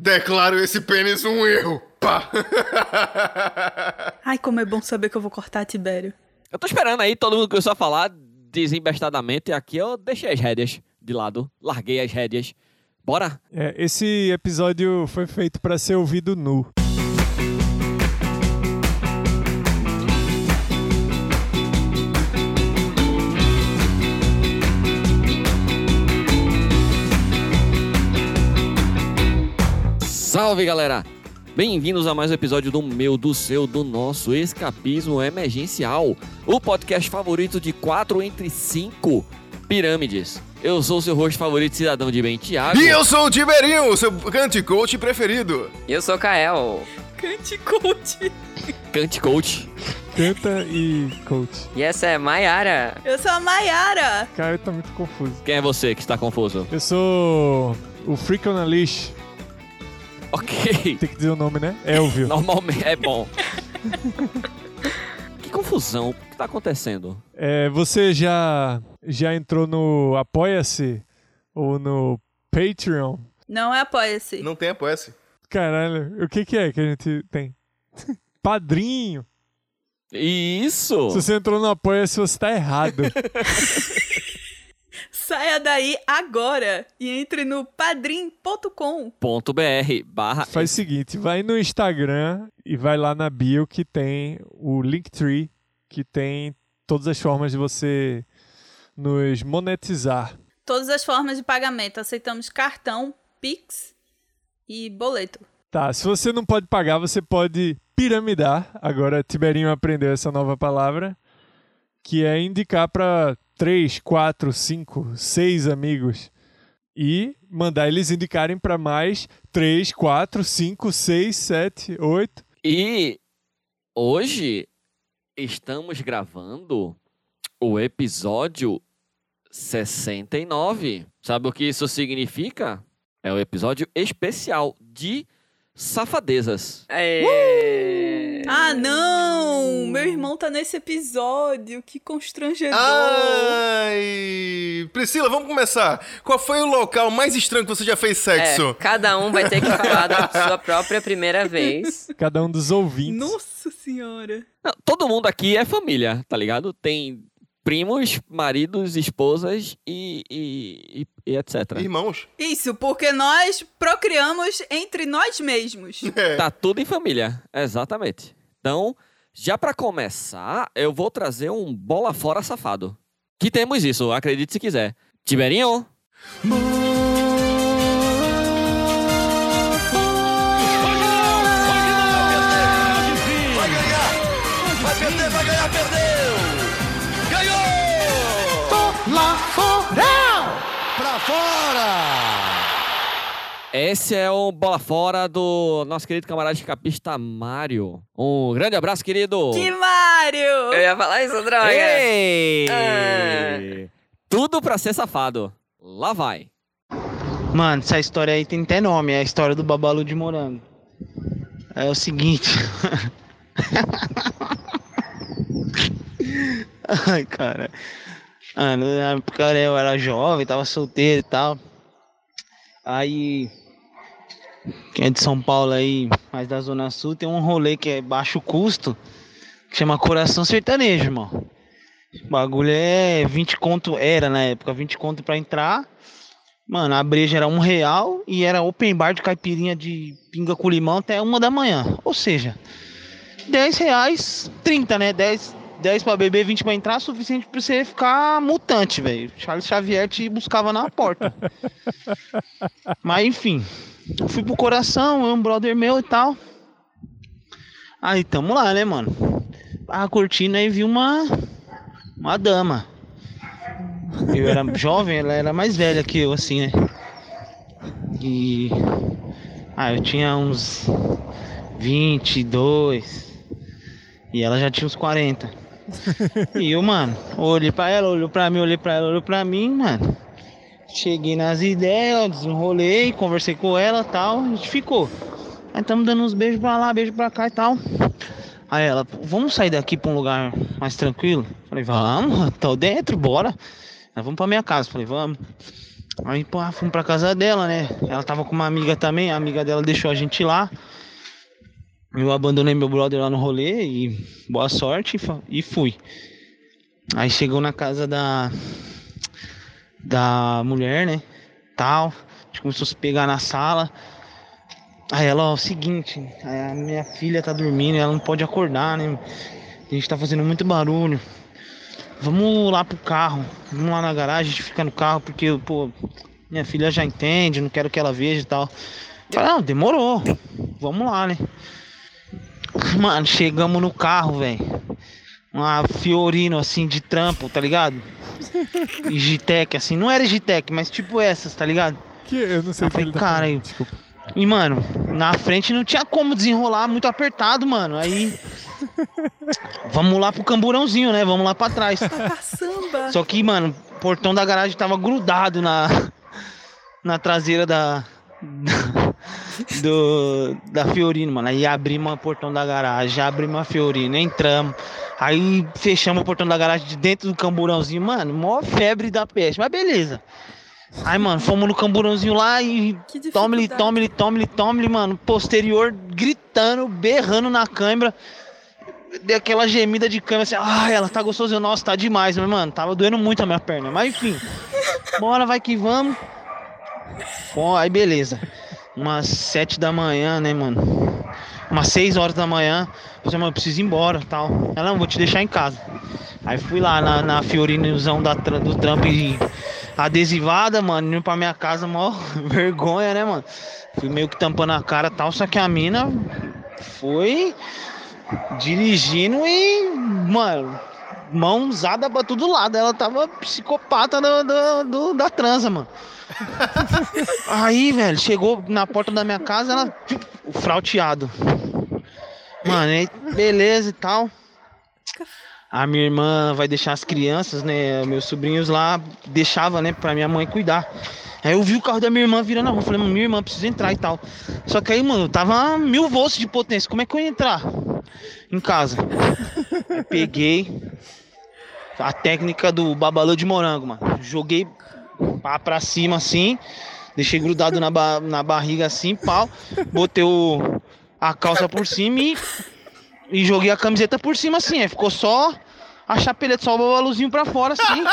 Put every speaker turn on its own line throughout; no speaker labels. Declaro esse pênis um erro. Pá.
Ai, como é bom saber que eu vou cortar Tibério.
Eu tô esperando aí todo mundo começou a falar desembestadamente. Aqui eu deixei as rédeas de lado, larguei as rédeas. Bora!
É, esse episódio foi feito pra ser ouvido nu.
Salve galera! Bem-vindos a mais um episódio do meu, do seu, do nosso Escapismo Emergencial, o podcast favorito de 4 entre 5 pirâmides. Eu sou o seu host favorito, cidadão de bem, Thiago.
Assim. E eu sou o Tiberinho, seu cante coach preferido.
E eu sou o Kael.
Cante coach.
Cante Coach.
Canta e coach.
E essa é Maiara.
Eu sou a Maiara.
Caio tá muito confuso.
Quem é você que está confuso?
Eu sou o Freak on a Leash.
Ok.
Tem que dizer o nome, né? Elvio.
Normalmente é bom. que confusão. O que tá acontecendo?
É, você já, já entrou no Apoia-se ou no Patreon?
Não é apoia-se.
Não tem assim. apoia-se.
Caralho, o que, que é que a gente tem? Padrinho.
Isso!
Se você entrou no Apoia-se, você tá errado.
Saia daí agora e entre no padrim.com.
Ponto .br barra
Faz o seguinte, vai no Instagram e vai lá na bio que tem o Linktree, que tem todas as formas de você nos monetizar.
Todas as formas de pagamento. Aceitamos cartão, Pix e boleto.
Tá, se você não pode pagar, você pode piramidar. Agora Tiberinho aprendeu essa nova palavra, que é indicar para três, quatro, cinco, seis amigos e mandar eles indicarem para mais três, quatro, cinco, seis, sete, oito.
E hoje estamos gravando o episódio 69. Sabe o que isso significa? É o episódio especial de Safadezas.
Uh! Aê!
É.
Ah, não! Meu irmão tá nesse episódio. Que constrangedor.
Ah! Ai! Priscila, vamos começar. Qual foi o local mais estranho que você já fez
É,
sexo?
cada um vai ter que falar da sua própria primeira vez.
Cada um dos ouvintes.
Nossa senhora.
Não, todo mundo aqui é família, tá ligado? Tem primos, maridos, esposas e, e- e- e etc.
É. Irmãos.
Isso, porque nós procriamos entre nós mesmos.
É.
Tá tudo em família, exatamente. Então, já pra começar, eu vou trazer um bola fora safado. Que temos isso, acredite se quiser. Tiberinho, esse é o bola fora do nosso querido camarada escapista Mário. Um grande abraço, querido.
Que Mário!
Eu ia falar isso, droga.
Ei! É.
Ah.
Tudo pra ser safado. Lá vai.
Mano, essa história aí tem até nome, é a história do babalu de morango. É o seguinte. Ai, cara. Mano, na época eu era jovem, tava solteiro e tal. Aí. Quem é de São Paulo aí, mas da Zona Sul, tem um rolê que é baixo custo, que chama Coração Sertanejo, irmão. O bagulho é 20 conto, era na época, 20 conto pra entrar. Mano, a breja era um real e era open bar de caipirinha de pinga com limão até uma da manhã. Ou seja, 10 reais, 30, né? 10, 10 pra beber, 20 pra entrar, suficiente pra você ficar mutante, velho. Charles Xavier te buscava na porta. Mas enfim, eu fui pro coração, eu e um brother meu e tal. Aí tamo lá, né, mano? Tava curtindo aí vi uma. Uma dama. Eu era jovem, ela era mais velha que eu, assim, né? E. Ah, eu tinha uns 22. E ela já tinha uns 40. E eu, mano, olhei pra ela, olhou pra mim, olhei pra ela, olhou pra mim, mano. Cheguei nas ideias, desenrolei, conversei com ela e tal, a gente ficou. Aí estamos dando uns beijos pra lá, beijo pra cá e tal. Aí ela, "Pô, vamos sair daqui pra um lugar mais tranquilo? Falei, vamos, tô dentro, bora. Ela, vamos pra minha casa. Falei, vamos. Aí, pô, ah, fomos pra casa dela, né? Ela tava com uma amiga também, a amiga dela deixou a gente lá. Eu abandonei meu brother lá no rolê e boa sorte e fa- e fui. Aí chegou na casa da da mulher, né? Tal. A gente começou a se pegar na sala. Aí ela, ó, o seguinte, a minha filha tá dormindo, ela não pode acordar, né? A gente tá fazendo muito barulho. Vamos lá pro carro, vamos lá na garagem, a gente fica no carro, porque, pô, minha filha já entende, não quero que ela veja e tal. Eu Falei, não, demorou, vamos lá, né? Mano, chegamos no carro, velho. Uma Fiorino, assim, de trampo, tá ligado? E Gitec, assim, não era Gitec, mas tipo essas, tá ligado?
Que eu não sei
Eu
o que ele
falei,
tá
cara,
falando,
eu-
desculpa.
E, mano, na frente não tinha como desenrolar, muito apertado, mano. Aí. Vamos lá pro camburãozinho, né? Vamos lá pra trás.
É.
Caçamba!
Só que, mano, o portão da garagem tava grudado na. Na traseira da. Do, da Fiorino, mano. Aí abrimos o portão da garagem, abrimos a Fiorino, entramos. Aí fechamos o portão da garagem de dentro do camburãozinho, mano. Mó febre da peste, mas beleza. Aí, mano, fomos no camburãozinho lá e
Que dificuldade.
Tome-lhe, tome-lhe, tome-lhe, tome-lhe, mano. Posterior gritando, berrando na câimbra. Deu aquela gemida de câimbra assim, ah, ela tá gostosa. Nossa, tá demais, mas, mano, tava doendo muito a minha perna. Mas enfim, bora, vai que vamos. Bom, aí beleza. Umas sete da manhã, né, mano? Umas seis horas da manhã. Eu falei, mano, eu preciso ir embora tal. Ela, não, vou te deixar em casa. Aí fui lá na, na Fiorinizão da, tra- do Trump e adesivada, mano, indo pra minha casa, mó vergonha, né, mano? Fui meio que tampando a cara e tal, só que a mina foi dirigindo e, mano, mãozada pra todo lado. Ela tava psicopata do, do- do- da transa, mano. Aí, velho, chegou na porta da minha casa, ela, tchup, o frauteado. Mano, aí, beleza e tal. A minha irmã vai deixar as crianças, né? Meus sobrinhos lá deixava, né, pra minha mãe cuidar. Aí eu vi o carro da minha irmã virando a rua, falei, "Mano, minha irmã precisa entrar e tal. Só que aí, mano, eu tava mil volts de potência. Como é que eu ia entrar em casa? Aí peguei a técnica do babalô de morango, mano. Joguei pá pra cima assim, deixei grudado na, ba- na barriga assim, pau. Botei o- a calça por cima e e joguei a camiseta por cima assim, aí ficou só a chapeleta, só o babaluzinho pra fora assim.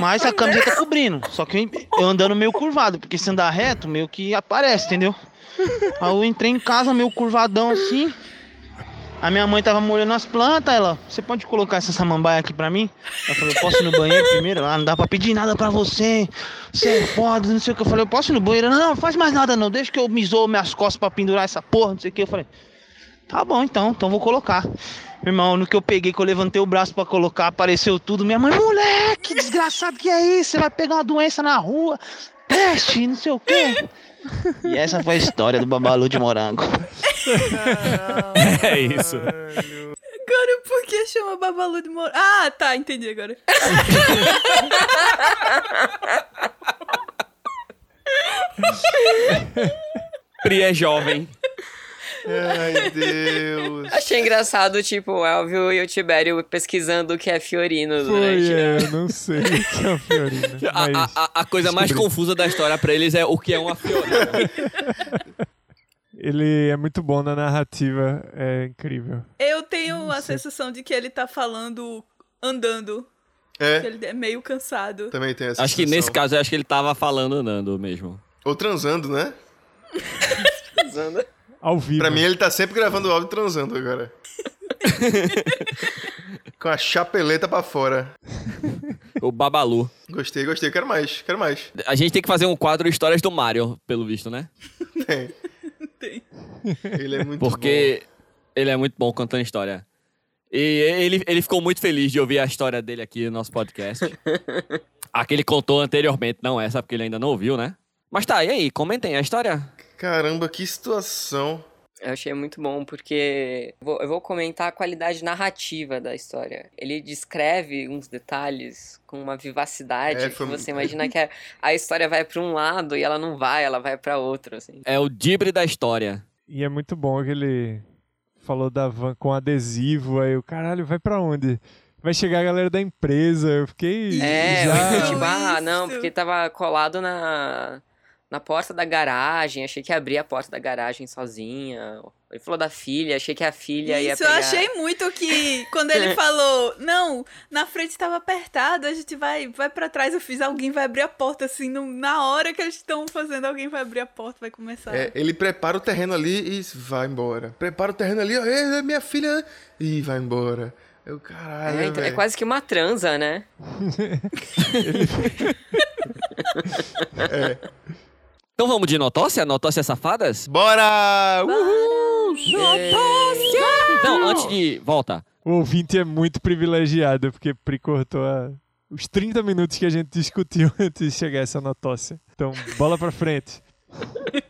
Mas a camiseta cobrindo. Só que eu andando meio curvado, porque se andar reto, meio que aparece, entendeu? Aí eu entrei em casa meio curvadão assim. A minha mãe tava molhando as plantas, ela, você pode colocar essa samambaia aqui pra mim? Eu falei, eu posso ir no banheiro primeiro? Ela, não dá pra pedir nada pra você, você é foda, não sei o que. Eu falei, eu posso ir no banheiro? Ela, não, não faz mais nada não, deixa que eu misou minhas costas pra pendurar essa porra, não sei o que. Eu falei, Tá bom, então, então vou colocar. Meu Irmão, no que eu peguei, que eu levantei o braço pra colocar, apareceu tudo. Minha mãe, moleque, desgraçado que é isso? Você vai pegar uma doença na rua, peste, não sei o quê. E essa foi a história do Babalu de Morango.
É isso.
Cara, por que chama Babalu de Morango? Ah, tá, entendi agora.
Pri é jovem.
Ai, Deus.
Achei engraçado, tipo, o Elvio e o Tibério pesquisando o que é Fiorino
Foi,
durante.
é, eu não sei o que é a Fiorina.
A, a-
Mas
a- a coisa mais confusa da história pra eles é o que é uma fiorina.
ele é muito bom na narrativa, é incrível.
Eu tenho a sensação de que ele tá falando andando, que
É,
ele é meio cansado.
também tem essa
acho que
sensação.
nesse caso, eu acho que ele tava falando andando mesmo.
Ou transando, né?
Ao vivo.
Pra mim, ele tá sempre gravando áudio transando agora. Com a chapeleta pra fora.
O Babalu.
Gostei, gostei. Quero mais, quero mais.
A gente tem que fazer um quadro Histórias do Mario, pelo visto, né?
Tem.
Tem.
Ele é muito bom.
Porque ele é muito bom contando história. E ele, ele ficou muito feliz de ouvir a história dele aqui no nosso podcast. a que ele contou anteriormente, não essa, porque ele ainda não ouviu, né? Mas tá, e aí? Comentem a história.
Caramba, que situação.
Eu achei muito bom, porque vou- eu vou comentar a qualidade narrativa da história. Ele descreve uns detalhes com uma vivacidade
É,
que
foi muito-
você imagina que a, a história vai pra um lado e ela não vai, ela vai pra outro, assim.
É o dibre da história.
E é muito bom que ele falou da van com adesivo, aí o caralho, vai pra onde? vai chegar a galera da empresa. Eu fiquei.
É,
já-
eu
Isso,
tipo, ah, não,
isso.
porque tava colado na, na porta da garagem, achei que ia abrir a porta da garagem sozinha. Ele falou da filha, achei que a filha ia
Isso eu
pegar.
achei muito que quando ele falou, não, na frente tava apertado, a gente vai vai para trás, eu fiz alguém vai abrir a porta assim, no- na hora que eles estão fazendo, alguém vai abrir a porta, vai começar.
É, ele prepara o terreno ali e vai embora. Prepara o terreno ali, ó, "Ei, é minha filha. E vai embora. Eu,
Ah,
É,
caralho.
então, é
velho.
quase que uma transa, né?
Então vamos de notócia? Notócia safadas?
Bora! Uh, Uhul!
Não, antes de. Volta.
O ouvinte é muito privilegiado, porque Pri cortou a- os 30 minutos que a gente discutiu antes de chegar essa notócia. Então, bola pra frente.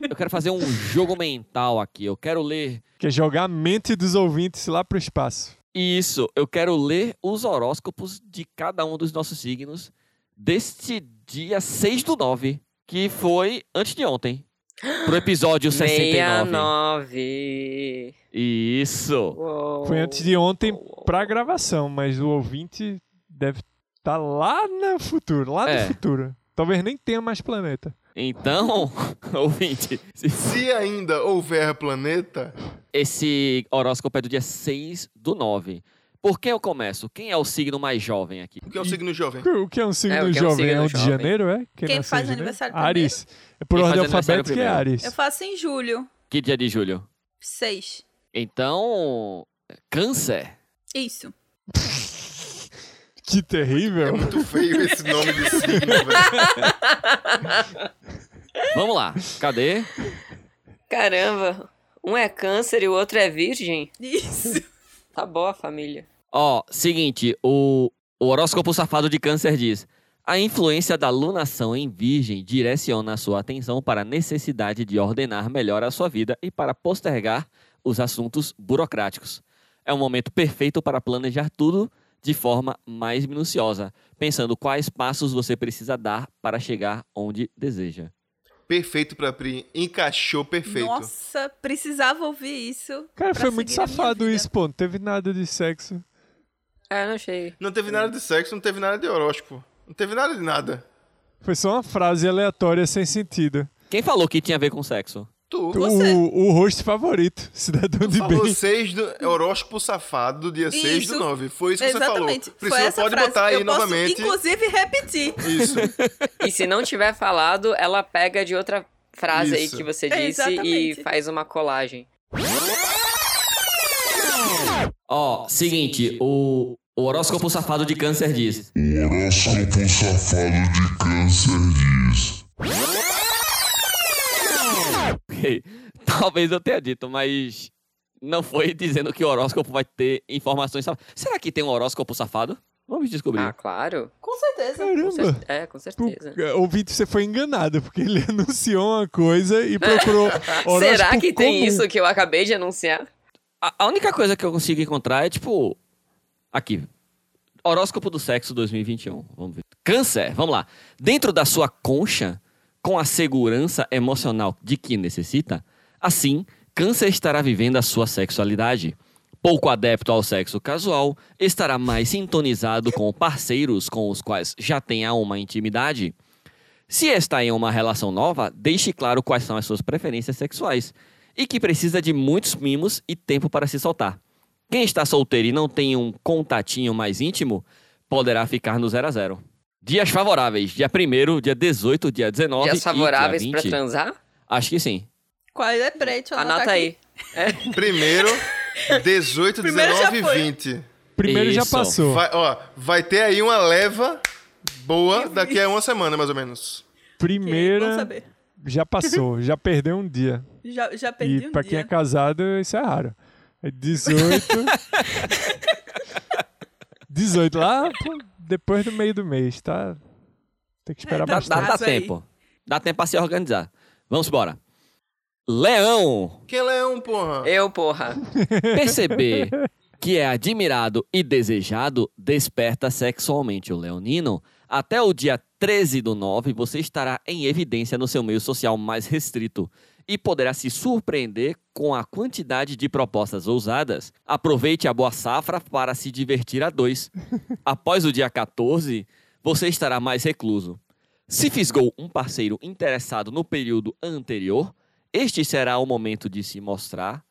Eu quero fazer um jogo mental aqui. Eu quero ler.
Que é jogar a mente dos ouvintes lá pro espaço.
Isso, eu quero ler os horóscopos de cada um dos nossos signos deste dia 6 do 9, que foi antes de ontem. Pro
É,
episódio 69.
69.
Isso.
Uou.
Foi antes de ontem
Uou.
pra gravação, mas o ouvinte deve estar lá no futuro, lá
É.
no futuro. Talvez nem tenha mais planeta.
Então, ouvinte, se-
Se ainda houver planeta,
esse horóscopo é do dia 6 do 9. Por que eu começo? Quem é o signo mais jovem aqui?
o que é o signo jovem?
O que é um signo
É, o que é um
jovem?
signo
é um de
jovem.
janeiro, é?
Quem
nasceu
faz
em janeiro?
aniversário
Ares. É por
Quem
ordem
faz aniversário
alfabética é
primeiro?
Ares.
Eu faço em julho,
Que dia de julho?
seis
Então, câncer.
Isso.
Que terrível.
É Muito feio esse nome de signo, velho.
Vamos lá. Cadê?
Caramba, um é câncer e o outro é virgem?
Isso.
Tá boa a família.
Ó, seguinte, o, o horóscopo safado de câncer diz: A influência da lunação em virgem direciona a sua atenção para a necessidade de ordenar melhor a sua vida e para postergar os assuntos burocráticos. É um momento perfeito para planejar tudo de forma mais minuciosa, pensando quais passos você precisa dar para chegar onde deseja.
Perfeito pra Pri. Encaixou perfeito.
Nossa, precisava ouvir isso.
Cara,
pra
foi muito
seguir a minha
safado
vida.
isso, pô. Não teve nada de sexo.
É,
Ah, eu não achei.
Não teve nada de sexo, não teve nada de horóscopo. Não teve nada de nada.
Foi só uma frase aleatória sem sentido.
Quem falou que tinha a ver com sexo?
Tu.
Você.
O, o host favorito, cidadão de
Falou
bem.
6 do horóscopo safado do dia 6
Isso.
do 9. Foi isso que você falou.
Exatamente. Foi
Priscila,
essa
pode
frase.
botar aí
eu
novamente.
Posso, inclusive, repetir.
Isso.
E se não tiver falado, ela pega de outra frase
Isso.
aí que você
É,
disse
exatamente.
e faz uma colagem.
Ó, seguinte, o, o horóscopo safado de câncer diz:
O horóscopo safado de câncer diz.
Ok. Talvez eu tenha dito, mas não foi dizendo que o horóscopo vai ter informações safadas. Será que tem um horóscopo safado? Vamos descobrir.
Ah, claro.
Com certeza.
Com cer-
Caramba.
É, com certeza.
O ouvinte, você foi enganado, porque ele anunciou uma coisa e procurou.
Será
horóscopo
que tem
comum.
isso que eu acabei de anunciar?
A, a única coisa que eu consigo encontrar é tipo. Aqui. Horóscopo do sexo 2021. Vamos ver. Câncer, vamos lá. Dentro da sua concha, com a segurança emocional de que necessita, assim, Câncer estará vivendo a sua sexualidade. Pouco adepto ao sexo casual, estará mais sintonizado com parceiros com os quais já tenha uma intimidade. Se está em uma relação nova, deixe claro quais são as suas preferências sexuais e que precisa de muitos mimos e tempo para se soltar. Quem está solteiro e não tem um contatinho mais íntimo, poderá ficar no 0 a 0. Dias favoráveis: dia 1, dia 18, dia 19
Dias favoráveis
e dia
pra
20.
transar?
Acho que sim.
Qual é preto?
Anota aí.
Primeiro, 18,
Primeiro já
19 e
foi.
20.
Primeiro já
Isso.
passou.
Vai, ó, vai ter aí uma leva boa daqui a uma semana, mais ou menos.
Vamos
Primeira
saber.
já passou, já perdeu um dia.
Já, já perdi
E
um
pra
dia.
quem é casado, isso é raro. É 18. 18 lá, pô, depois do meio do mês, tá? Tem que esperar
É, tá-
Dá,
bastante.
dá, dá
Isso aí.
tempo. Dá tempo pra se organizar. Vamos embora. Leão,
Quem é leão, porra?
Eu, porra.
perceber que é admirado e desejado desperta sexualmente o leonino. Até o dia 13 do 9, você estará em evidência no seu meio social mais restrito. e poderá se surpreender com a quantidade de propostas ousadas. Aproveite a boa safra para se divertir a dois. Após o dia 14, você estará mais recluso. Se fisgou um parceiro interessado no período anterior, este será o momento de se mostrar,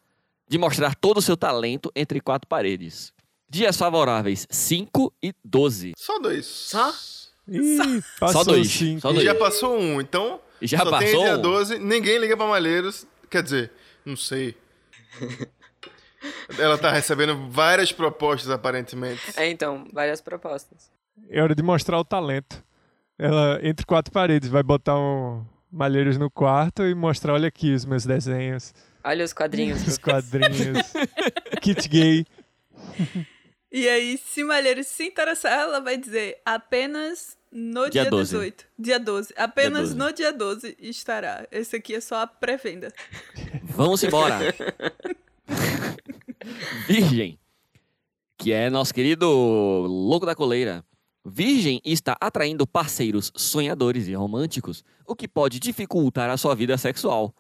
de mostrar todo o seu talento entre quatro paredes. Dias favoráveis 5 e 12.
Só dois.
Só?
Ih, passou
dois,
cinco.
só
E
dois.
já passou um, então.
E já
só tem
passou
dia
um?
12, ninguém liga pra Malheiros. Quer dizer, não sei. Ela tá recebendo várias propostas, aparentemente.
É, então, várias propostas.
É hora de mostrar o talento. Ela, entre quatro paredes, vai botar um malheiros no quarto e mostrar, olha aqui os meus desenhos,
Olha os quadrinhos.
os quadrinhos, kit gay.
E aí, se Malheiro se interessar, ela vai dizer apenas no
Dia
dia,
12.
18. Dia 12. Apenas
12.
no dia 12 estará. Esse aqui é só a pré-venda.
Vamos embora. Virgem, que é nosso querido louco da coleira. Virgem está atraindo parceiros sonhadores e românticos, o que pode dificultar a sua vida sexual.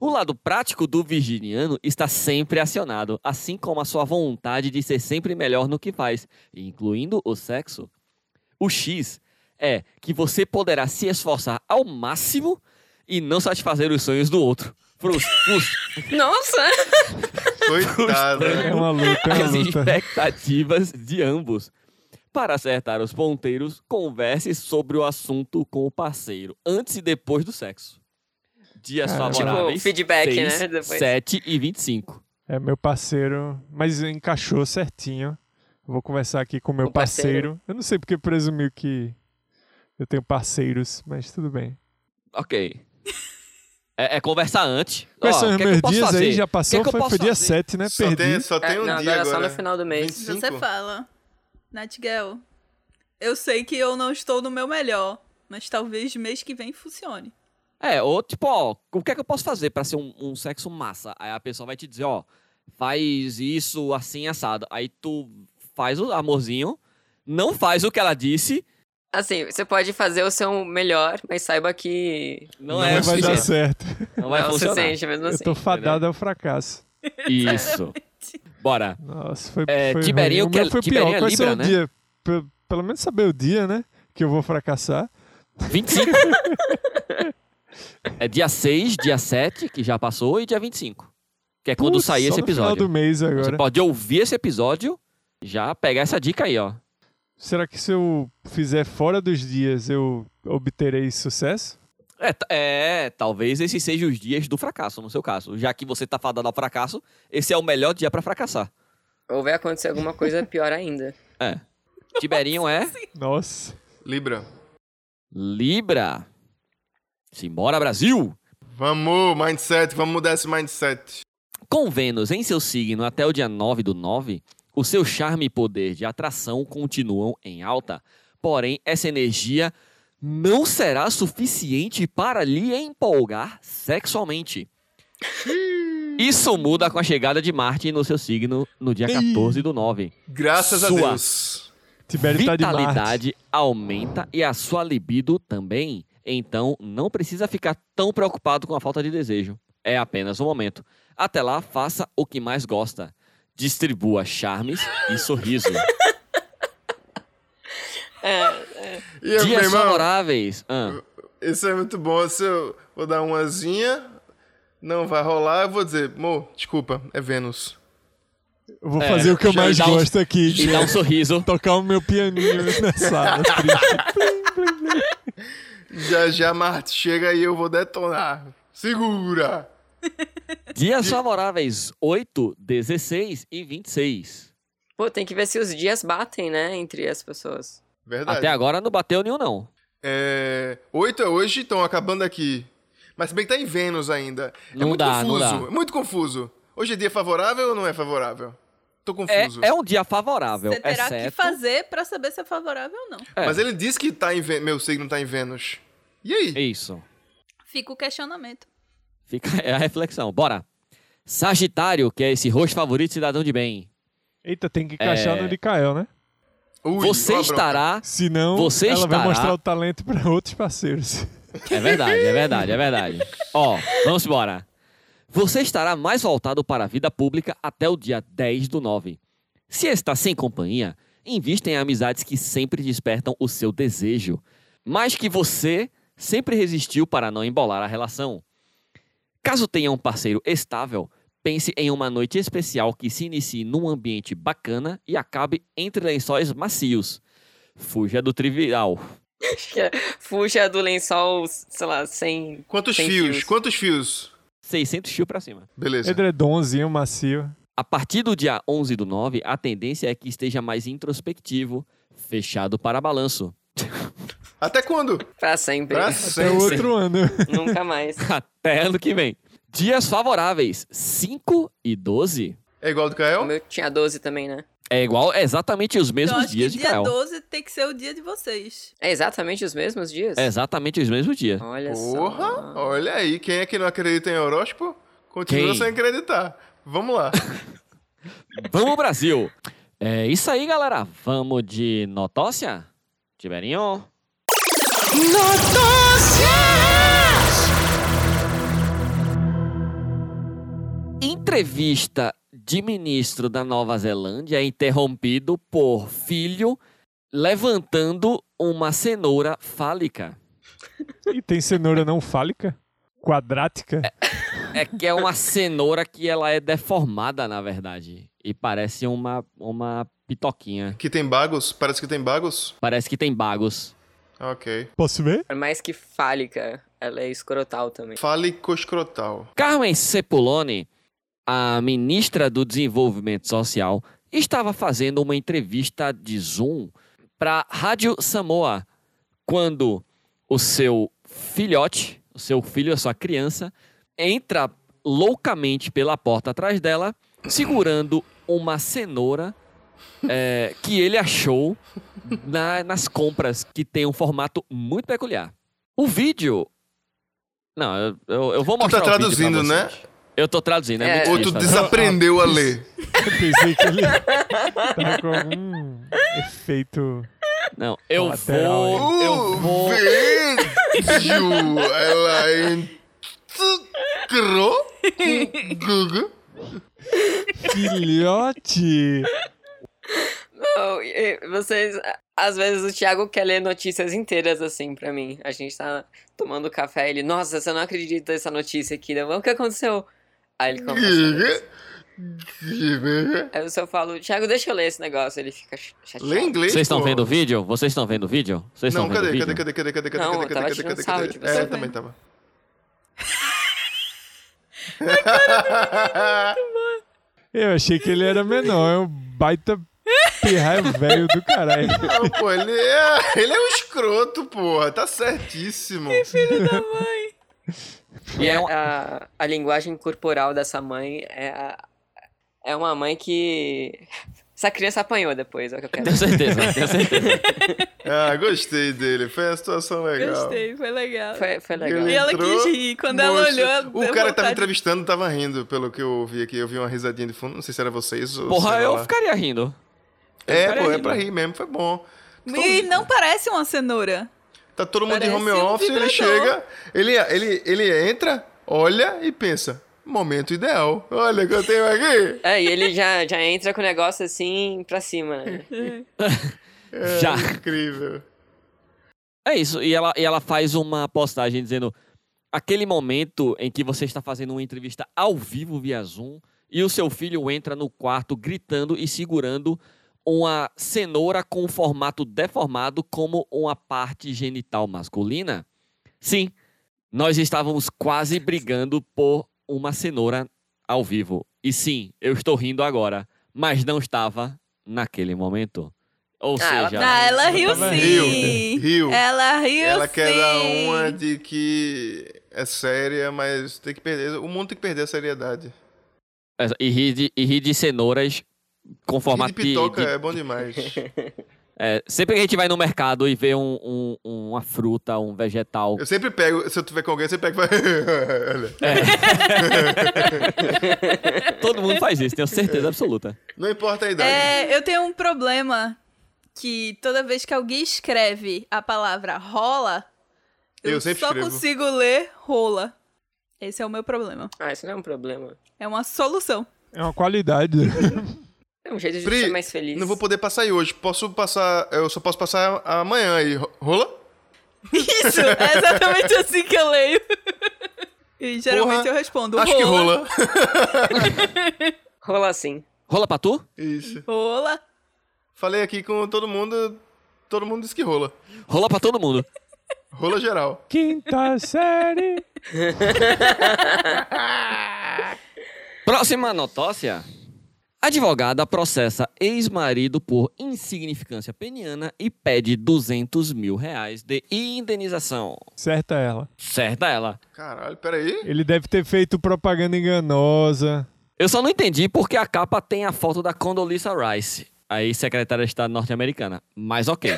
O lado prático do virginiano está sempre acionado, assim como a sua vontade de ser sempre melhor no que faz, incluindo o sexo. O X é que você poderá se esforçar ao máximo e não satisfazer os sonhos do outro. Frus- frus-
Nossa!
É
Coitada.
uma luta, é
as
uma luta.
expectativas de ambos. Para acertar os ponteiros, converse sobre o assunto com o parceiro, antes e depois do sexo. Dias
Caramba.
favoráveis,
Tipo, feedback,
6,
né, depois.
7 e 25.
É meu parceiro, mas encaixou certinho. Vou conversar aqui com meu
Com parceiro.
parceiro. Eu não sei porque presumiu que eu tenho parceiros, mas tudo bem.
Ok. É, é conversar antes.
Quais
Ó,
são
o
os
que é que
meus
eu posso
dias
fazer?
aí? Já passou?
O que é que eu
foi, foi
posso
dia
fazer?
7, né?
Só
Perdi.
tem, só
É,
tem um
não,
dia
agora é
agora.
só no final do mês.
Você
25?
fala, Natgel, eu sei que eu não estou no meu melhor, mas talvez mês que vem funcione.
É, ou tipo, ó, o que é que eu posso fazer pra ser um, um sexo massa? Aí a pessoa vai te dizer, ó, faz isso assim assado. Aí tu faz o amorzinho, não faz o que ela disse,
Assim, você pode fazer o seu melhor, mas saiba que é
não,
Não,
é o
vai dar
suficiente.
certo.
Não é vai
não se
funcionar.
sente mesmo assim.
eu tô
né?
fadado ao fracasso.
Isso. Bora.
Nossa, foi,
É,
foi
Tiberinho
ruim. O meu
que-
foi
Tiberinho é
pior. Quais são
Libra,
o dia? Pe- Pelo menos saber o dia, né? Que eu vou fracassar.
25. é dia 6, dia 7, que já passou, e dia 25. Que é quando
Putz,
sair
só
esse
no final
episódio.
do mês
Você
agora.
pode ouvir esse episódio e já pegar essa dica aí, ó.
Será que se eu fizer fora dos dias eu obterei sucesso?
É, t- é, talvez esses sejam os dias do fracasso, no seu caso. Já que você tá fadado ao fracasso, esse é o melhor dia pra fracassar.
Ou vai acontecer alguma coisa pior ainda.
É. Tiberinho é
Nossa.
Libra.
Libra. Simbora, Brasil!
Vamos, mindset, vamos mudar esse mindset.
Com Vênus em seu signo até o dia 9 do 9, o seu charme e poder de atração continuam em alta, porém essa energia não será suficiente para lhe empolgar sexualmente. Isso muda com a chegada de Marte no seu signo no dia 14 do 9.
Graças a
Sua.
Deus.
Tibério tá de Marte.
Vitalidade aumenta e a sua libido também. Então, não precisa ficar tão preocupado com a falta de desejo. É apenas um momento. Até lá, faça o que mais gosta. Distribua charmes e sorriso.
E eu, meu
Dias
irmão,
favoráveis. Ah,
isso é muito bom. Se eu vou dar uma azinha, não vai rolar, eu vou dizer, amor, desculpa, é Vênus.
Eu vou
É,
fazer o que eu
já
mais
dá um-
gosto aqui.
e dá um sorriso.
Tocar o meu pianinho na sala. triste.
Já já, Marte, chega aí, eu vou detonar. Segura.
Dias favoráveis 8, 16 e 26.
Pô, tem que ver se os dias batem, né, entre as pessoas.
Verdade.
Até agora não bateu nenhum, não.
É... Oito é hoje, estão acabando aqui. Mas se bem que tá em Vênus ainda. é
Não
muito
dá, não
confuso.
dá.
É muito confuso. Hoje é dia favorável ou não é favorável? Tô
É,
confuso.
é um dia favorável,
Você terá
exceto...
que fazer pra saber se é favorável ou não.
é,
Mas ele disse que tá em Vê- meu signo tá em Vênus. E aí?
Isso.
Fica o questionamento.
Fica é a reflexão. Bora. Sagitário, que é esse rosto favorito cidadão de bem.
Eita, tem que encaixar
É.
no de Kael, né?
Ui,
Você
uma bronca.
estará.
Senão
Você
ela
estará-
vai mostrar o talento pra outros parceiros.
É verdade, é verdade, é verdade. Ó, vamos embora. Você estará mais voltado para a vida pública até o dia 10 do 9. Se está sem companhia, invista em amizades que sempre despertam o seu desejo, mas que você sempre resistiu para não embolar a relação. Caso tenha um parceiro estável, pense em uma noite especial que se inicie num ambiente bacana e acabe entre lençóis macios. Fuja do trivial.
Fuja do lençol, sei lá, sem.
Quantos
sem
fios?
fios.
Quantos fios?
600 chill pra cima.
Beleza.
Edredonzinho macio.
A partir do dia 11 do 9, a tendência é que esteja mais introspectivo, fechado para balanço.
Até quando?
Pra sempre.
Pra
É
sempre.
outro ano.
Nunca mais.
Até ano que vem. Dias favoráveis, 5 e 12.
É igual ao do
O
Kael?
meu tinha 12 também, né?
É igual, é exatamente os
Então
mesmos
acho
dias
que
de
dia
Caio.
12 tem que ser o dia de vocês.
É exatamente os mesmos dias?
É exatamente os mesmos dias.
Olha
Porra!
só.
Olha aí, quem é que não acredita em horóscopo? Continua
Quem?
sem acreditar. Vamos lá.
Vamos, Brasil! É isso aí, galera. Vamos de notócia? Tiberinho? Entrevista de ministro da Nova Zelândia é interrompido por filho levantando uma cenoura fálica.
E tem cenoura não fálica? Quadrática?
É que é uma cenoura que ela é deformada, na verdade. E parece uma, uma pitoquinha.
Que tem bagos? Parece que tem bagos?
Parece que tem bagos.
Ok.
Posso ver?
Por mais que fálica, ela é escrotal também.
Falicoscrotal.
Carmen Cepuloni, a ministra do Desenvolvimento Social, estava fazendo uma entrevista de Zoom para Rádio Samoa quando o seu filhote, o seu filho, a sua criança, entra loucamente pela porta atrás dela, segurando uma cenoura eh, que ele achou na- nas compras, que tem um formato muito peculiar. O vídeo. Não, eu, eu, eu vou
Tu
mostrar
tá
o vídeo pra
traduzindo,
vocês.
né?
Eu tô traduzindo, é,
É.
muito
Ou tu
difícil, né?
desaprendeu a ler.
Eu pensei que ele tava com algum efeito.
Não, eu
Lateral,
vou. Eu
Uh,
vou.
Vejo! Ela entrou em Google.
Filhote!
Não, e- e vocês. Às vezes o Thiago quer ler notícias inteiras assim pra mim. A gente tá tomando café, ele, nossa, você não acredita nessa notícia aqui, né? o que aconteceu? Aí ele começa. a- Aí eu só falo, Thiago, deixa eu ler esse negócio. Ele fica ch- chateado.
Lê em inglês,
Vocês estão
pô.
vendo o vídeo? Vocês estão vendo o vídeo? Vocês estão
Não,
vendo o
cadê,
vídeo?
cadê, cadê, cadê, cadê, cadê,
Não, tá eu
cadê,
tava
cadê,
tirando
cadê,
sarro
cadê,
de
cadê? É,
você. tá
eu também tava.
Eu achei que ele era menor, é um baita pirraia velho do caralho.
Não, pô, ele é, ele é um escroto, porra. Tá certíssimo.
E é um-
a, a linguagem corporal dessa mãe é, a- é uma mãe que. Essa criança apanhou depois, é o que eu quero.
Tenho certeza, tenho certeza.
Ah, gostei dele. Foi uma situação legal.
Gostei, foi legal.
Foi, foi legal.
E ela
Entrou,
quis rir. Quando ela
Moço,
olhou, ela
O
deu
cara que tava
vontade.
entrevistando tava rindo, pelo que eu ouvi aqui. Eu vi uma risadinha de fundo. Não sei se era vocês ou.
Porra,
sei
eu
lá.
ficaria rindo.
É,
ficaria
pô, é
rindo.
pra rir mesmo. Foi bom.
E não parece uma cenoura.
Tá todo mundo de
Parece
home
um
office, ele
vibrador.
chega, ele, ele, ele entra, olha e pensa: momento ideal. Olha o que eu tenho aqui.
É, e ele já, já entra com o negócio assim pra cima, né?
É
Já.
Incrível.
É isso. E ela, e ela faz uma postagem dizendo: aquele momento em que você está fazendo uma entrevista ao vivo via Zoom e o seu filho entra no quarto gritando e segurando uma cenoura com um formato deformado como uma parte genital masculina. Sim, nós estávamos quase brigando por uma cenoura ao vivo. E sim, eu estou rindo agora, mas não estava naquele momento. Ou
Ah, ela
seja,
Ah, ela riu
tava
sim.
Riu.
Ela riu
ela
sim.
quer dar uma de que é séria, mas tem que perder. O mundo tem que perder a seriedade.
Essa- É, E ri de, e ri de cenouras com
Rir
formato
de
de-
pitoca
de-
é bom demais.
é, sempre que a gente vai no mercado e vê um- um- uma fruta, um vegetal.
Eu sempre pego, se eu tiver com alguém, eu sempre pego e falo. olha.
Todo mundo faz isso, tenho certeza absoluta.
Não importa a idade.
É, eu tenho um problema que toda vez que alguém escreve a palavra rola, eu,
Eu sempre
só
escrevo.
consigo ler rola. Esse é o meu problema.
Ah, isso não é um problema.
É uma solução.
É uma qualidade.
É um jeito de
Pri,
ser mais feliz.
Não vou poder passar aí hoje. Posso passar. Eu só posso passar amanhã aí. Ro- Rola?
Isso, é exatamente assim que eu leio. E geralmente
Porra,
eu respondo,
Acho que rola.
Rola assim.
Rola pra tu?
Isso.
Rola.
Falei aqui com todo mundo. Todo mundo disse que rola.
Rola pra todo mundo.
Rola geral.
Quinta série.
Próxima notócia. Advogada processa ex-marido por insignificância peniana e pede 200 mil reais de indenização.
Certa ela.
Certa ela.
Caralho, peraí.
Ele deve ter feito propaganda enganosa.
Eu só não entendi porque a capa tem a foto da Condoleezza Rice, a ex-secretária de Estado norte-americana. Mas ok.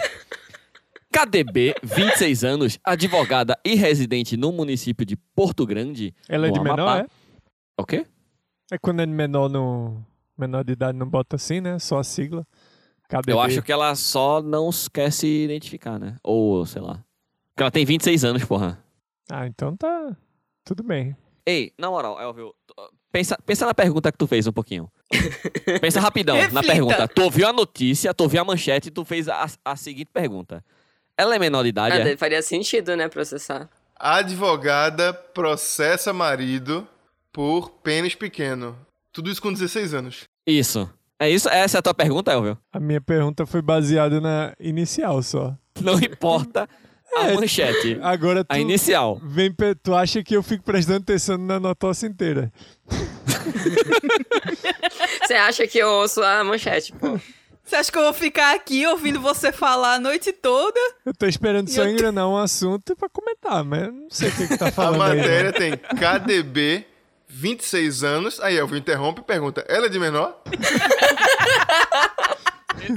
KDB, 26 anos, advogada e residente no município de Porto Grande.
Ela é
no
de menor,
Amapá.
é?
O quê?
É quando é de menor no. Menor de idade não bota assim, né? Só a sigla. KDB.
Eu acho que ela só não quer se identificar, né? Ou, sei lá. Porque ela tem 26 anos, porra.
Ah, então tá. Tudo bem.
Ei, na moral, Elvio, t- pensa, pensa na pergunta que tu fez um pouquinho. pensa rapidão na
Reflita.
pergunta. Tu ouviu a notícia, tu ouviu a manchete e tu fez a, a seguinte pergunta. Ela é menor de idade?
Ah,
é?
daí faria sentido, né, processar.
Advogada processa marido por pênis pequeno. Tudo isso com 16 anos.
Isso. É isso? Essa é a tua pergunta, Elvio?
A minha pergunta foi baseada na inicial só.
Não importa a
É.
manchete.
Agora tu.
A inicial.
Vem, pe- tu acha que eu fico prestando atenção na notócia inteira?
Você acha que eu ouço a manchete, pô?
Você acha que eu vou ficar aqui ouvindo você falar a noite toda?
Eu tô esperando
E
só
eu te-
engrenar um assunto pra comentar, mas não sei o que, que tá
A
falando aí. não.
matéria tem KDB, 26 anos. Aí Elvio interrompe e pergunta: ela é de menor?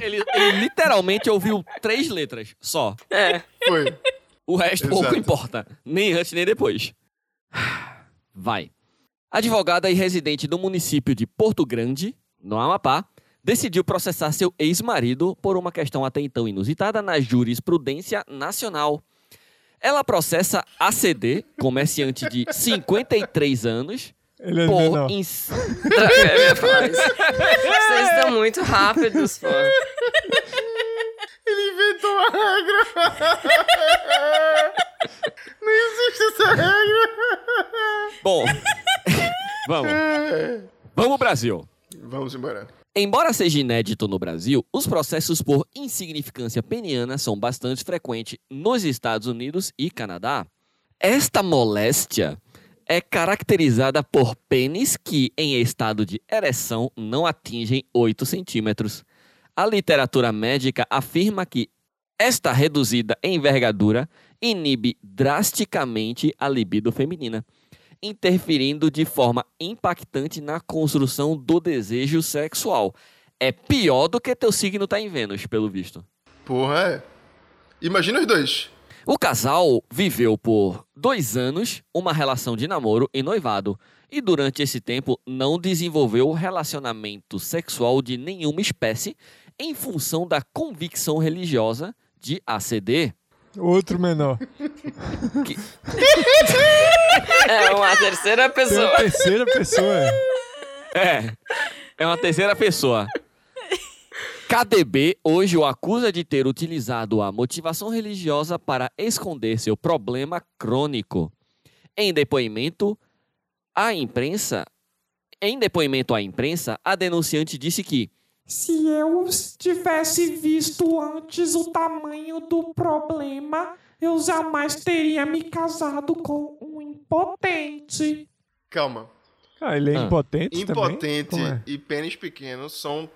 Ele, ele literalmente ouviu três letras só.
É.
Foi.
O resto
Exato.
pouco importa, nem antes nem depois. Vai. Advogada e residente do município de Porto Grande, no Amapá, decidiu processar seu ex-marido por uma questão até então inusitada na jurisprudência nacional. Ela processa ACD, comerciante de 53 anos,
Ele é
por
menor.
ins...
Droga, eu ia falar isso. Vocês estão muito rápidos, pô.
Ele inventou uma regra. Nem existe essa regra.
Bom, vamos. É. Vamos, Brasil.
Vamos embora.
Embora seja inédito no Brasil, os processos por insignificância peniana são bastante frequentes nos Estados Unidos e Canadá. Esta moléstia é caracterizada por pênis que, em estado de ereção, não atingem 8 centímetros. A literatura médica afirma que esta reduzida envergadura inibe drasticamente a libido feminina interferindo de forma impactante na construção do desejo sexual. É pior do que teu signo tá em Vênus, pelo visto.
Porra, é. Imagina os dois.
O casal viveu por dois anos uma relação de namoro e noivado, e durante esse tempo não desenvolveu relacionamento sexual de nenhuma espécie em função da convicção religiosa de ACD.
Outro menor.
É uma terceira
Tem
pessoa.
uma terceira pessoa.
É. É uma terceira pessoa. KDB hoje o acusa de ter utilizado a motivação religiosa para esconder seu problema crônico. Em depoimento à imprensa, em depoimento à imprensa, a denunciante disse que
Se eu tivesse visto antes o tamanho do problema, eu jamais teria me casado com um impotente.
Calma.
Ah, ele é
Ah.
impotente também?
Impotente
Como é?
e pênis pequeno são,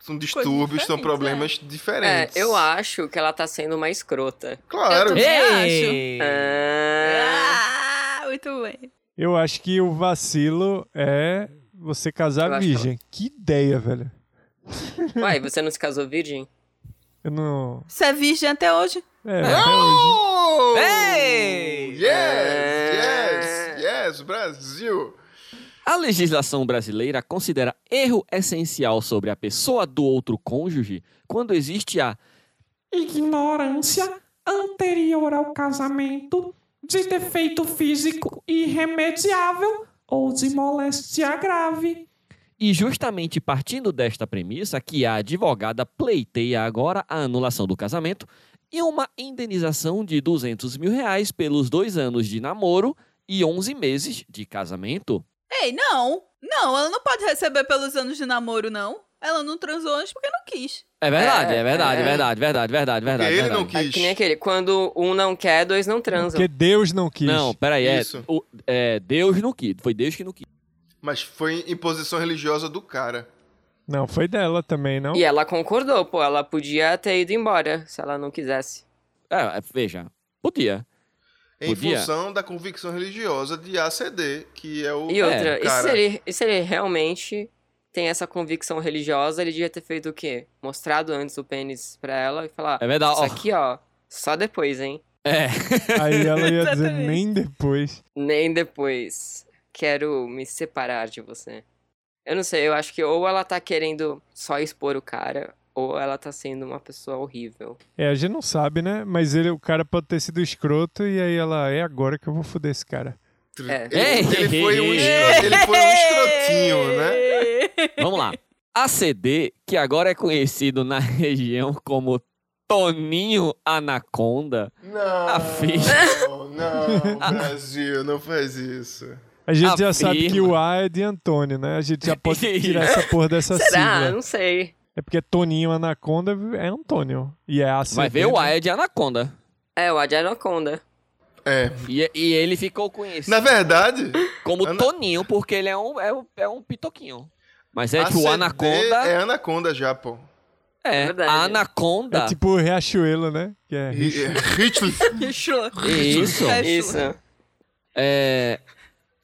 são distúrbios, são
diferentes,
problemas
É,
diferentes.
eu acho que ela tá sendo uma escrota.
Claro.
Eu também acho.
É. Ah,
Ah, muito bem.
Eu acho que o vacilo é você
Eu
casar
acho que
virgem. Que ideia, velho.
uai, você não se casou virgem?
Eu não...
Você é virgem até hoje?
É, até hoje.
Oh!
Ei!
Yes,
É.
yes, yes, Brasil.
A legislação brasileira considera erro essencial sobre a pessoa do outro cônjuge quando existe a
Ignorância anterior ao casamento de defeito físico irremediável ou de moléstia grave.
E justamente partindo desta premissa que a advogada pleiteia agora a anulação do casamento e uma indenização de 200 mil reais pelos dois anos de namoro e 11 meses de casamento.
Ei, não! Não, ela não pode receber pelos anos de namoro, não. Ela não transou antes porque não quis.
É verdade, é,
É,
verdade,
é.
verdade, verdade, verdade,
Porque
verdade.
ele
verdade.
não
É
quis.
que nem aquele, quando um não quer, dois não transam.
Porque Deus não quis.
Não, peraí, é,
Isso.
o- é, Deus não quis, foi Deus que não quis.
Mas foi imposição religiosa do cara.
Não, foi dela também, não?
E ela concordou, pô, ela podia ter ido embora se ela não quisesse.
É, é, veja, podia.
Em
Podia.
função da convicção religiosa de ACD, que é o.
E outra, e, se
cara.
ele, e se ele realmente tem essa convicção religiosa, ele devia ter feito o quê? Mostrado antes o pênis pra ela e falar:
É verdade, ó.
Isso aqui, ó, só depois, hein?
É.
Aí ela ia dizer
Exatamente.
nem depois.
Nem depois. Quero me separar de você. Eu não sei, eu acho que ou ela tá querendo só expor o cara, ou ela tá sendo uma pessoa horrível.
É, a gente não sabe, né? Mas ele, o cara pode ter sido escroto e aí ela, é agora que eu vou foder esse cara.
É.
Ele, ele foi um
Ei.
escroto, ele foi um escrotinho, né?
né?
Vamos lá. ACD, que agora é conhecido na região como Toninho Anaconda.
Não,
A ficha.
não, Brasil, não faz isso.
A gente já
Afirma.
sabe que o A é de Antônio, né? A gente já pode tirar essa porra dessa
Será?
sigla.
Não sei.
É porque Toninho Anaconda é Antônio. E é ACD.
Vai ver o
né?
A é de Anaconda.
É, o Adi Anaconda.
É.
E, e ele ficou conhecido
Na verdade,
como
Ana-
Toninho, porque ele é um, é um, é um pitoquinho. Mas é
ACD
tipo Anaconda.
É Anaconda já, pô.
É,
verdade.
a Anaconda.
É tipo o Riachuelo, né? Que é
E- e- Hitler.
Show.
Isso.
É,
Isso.
É,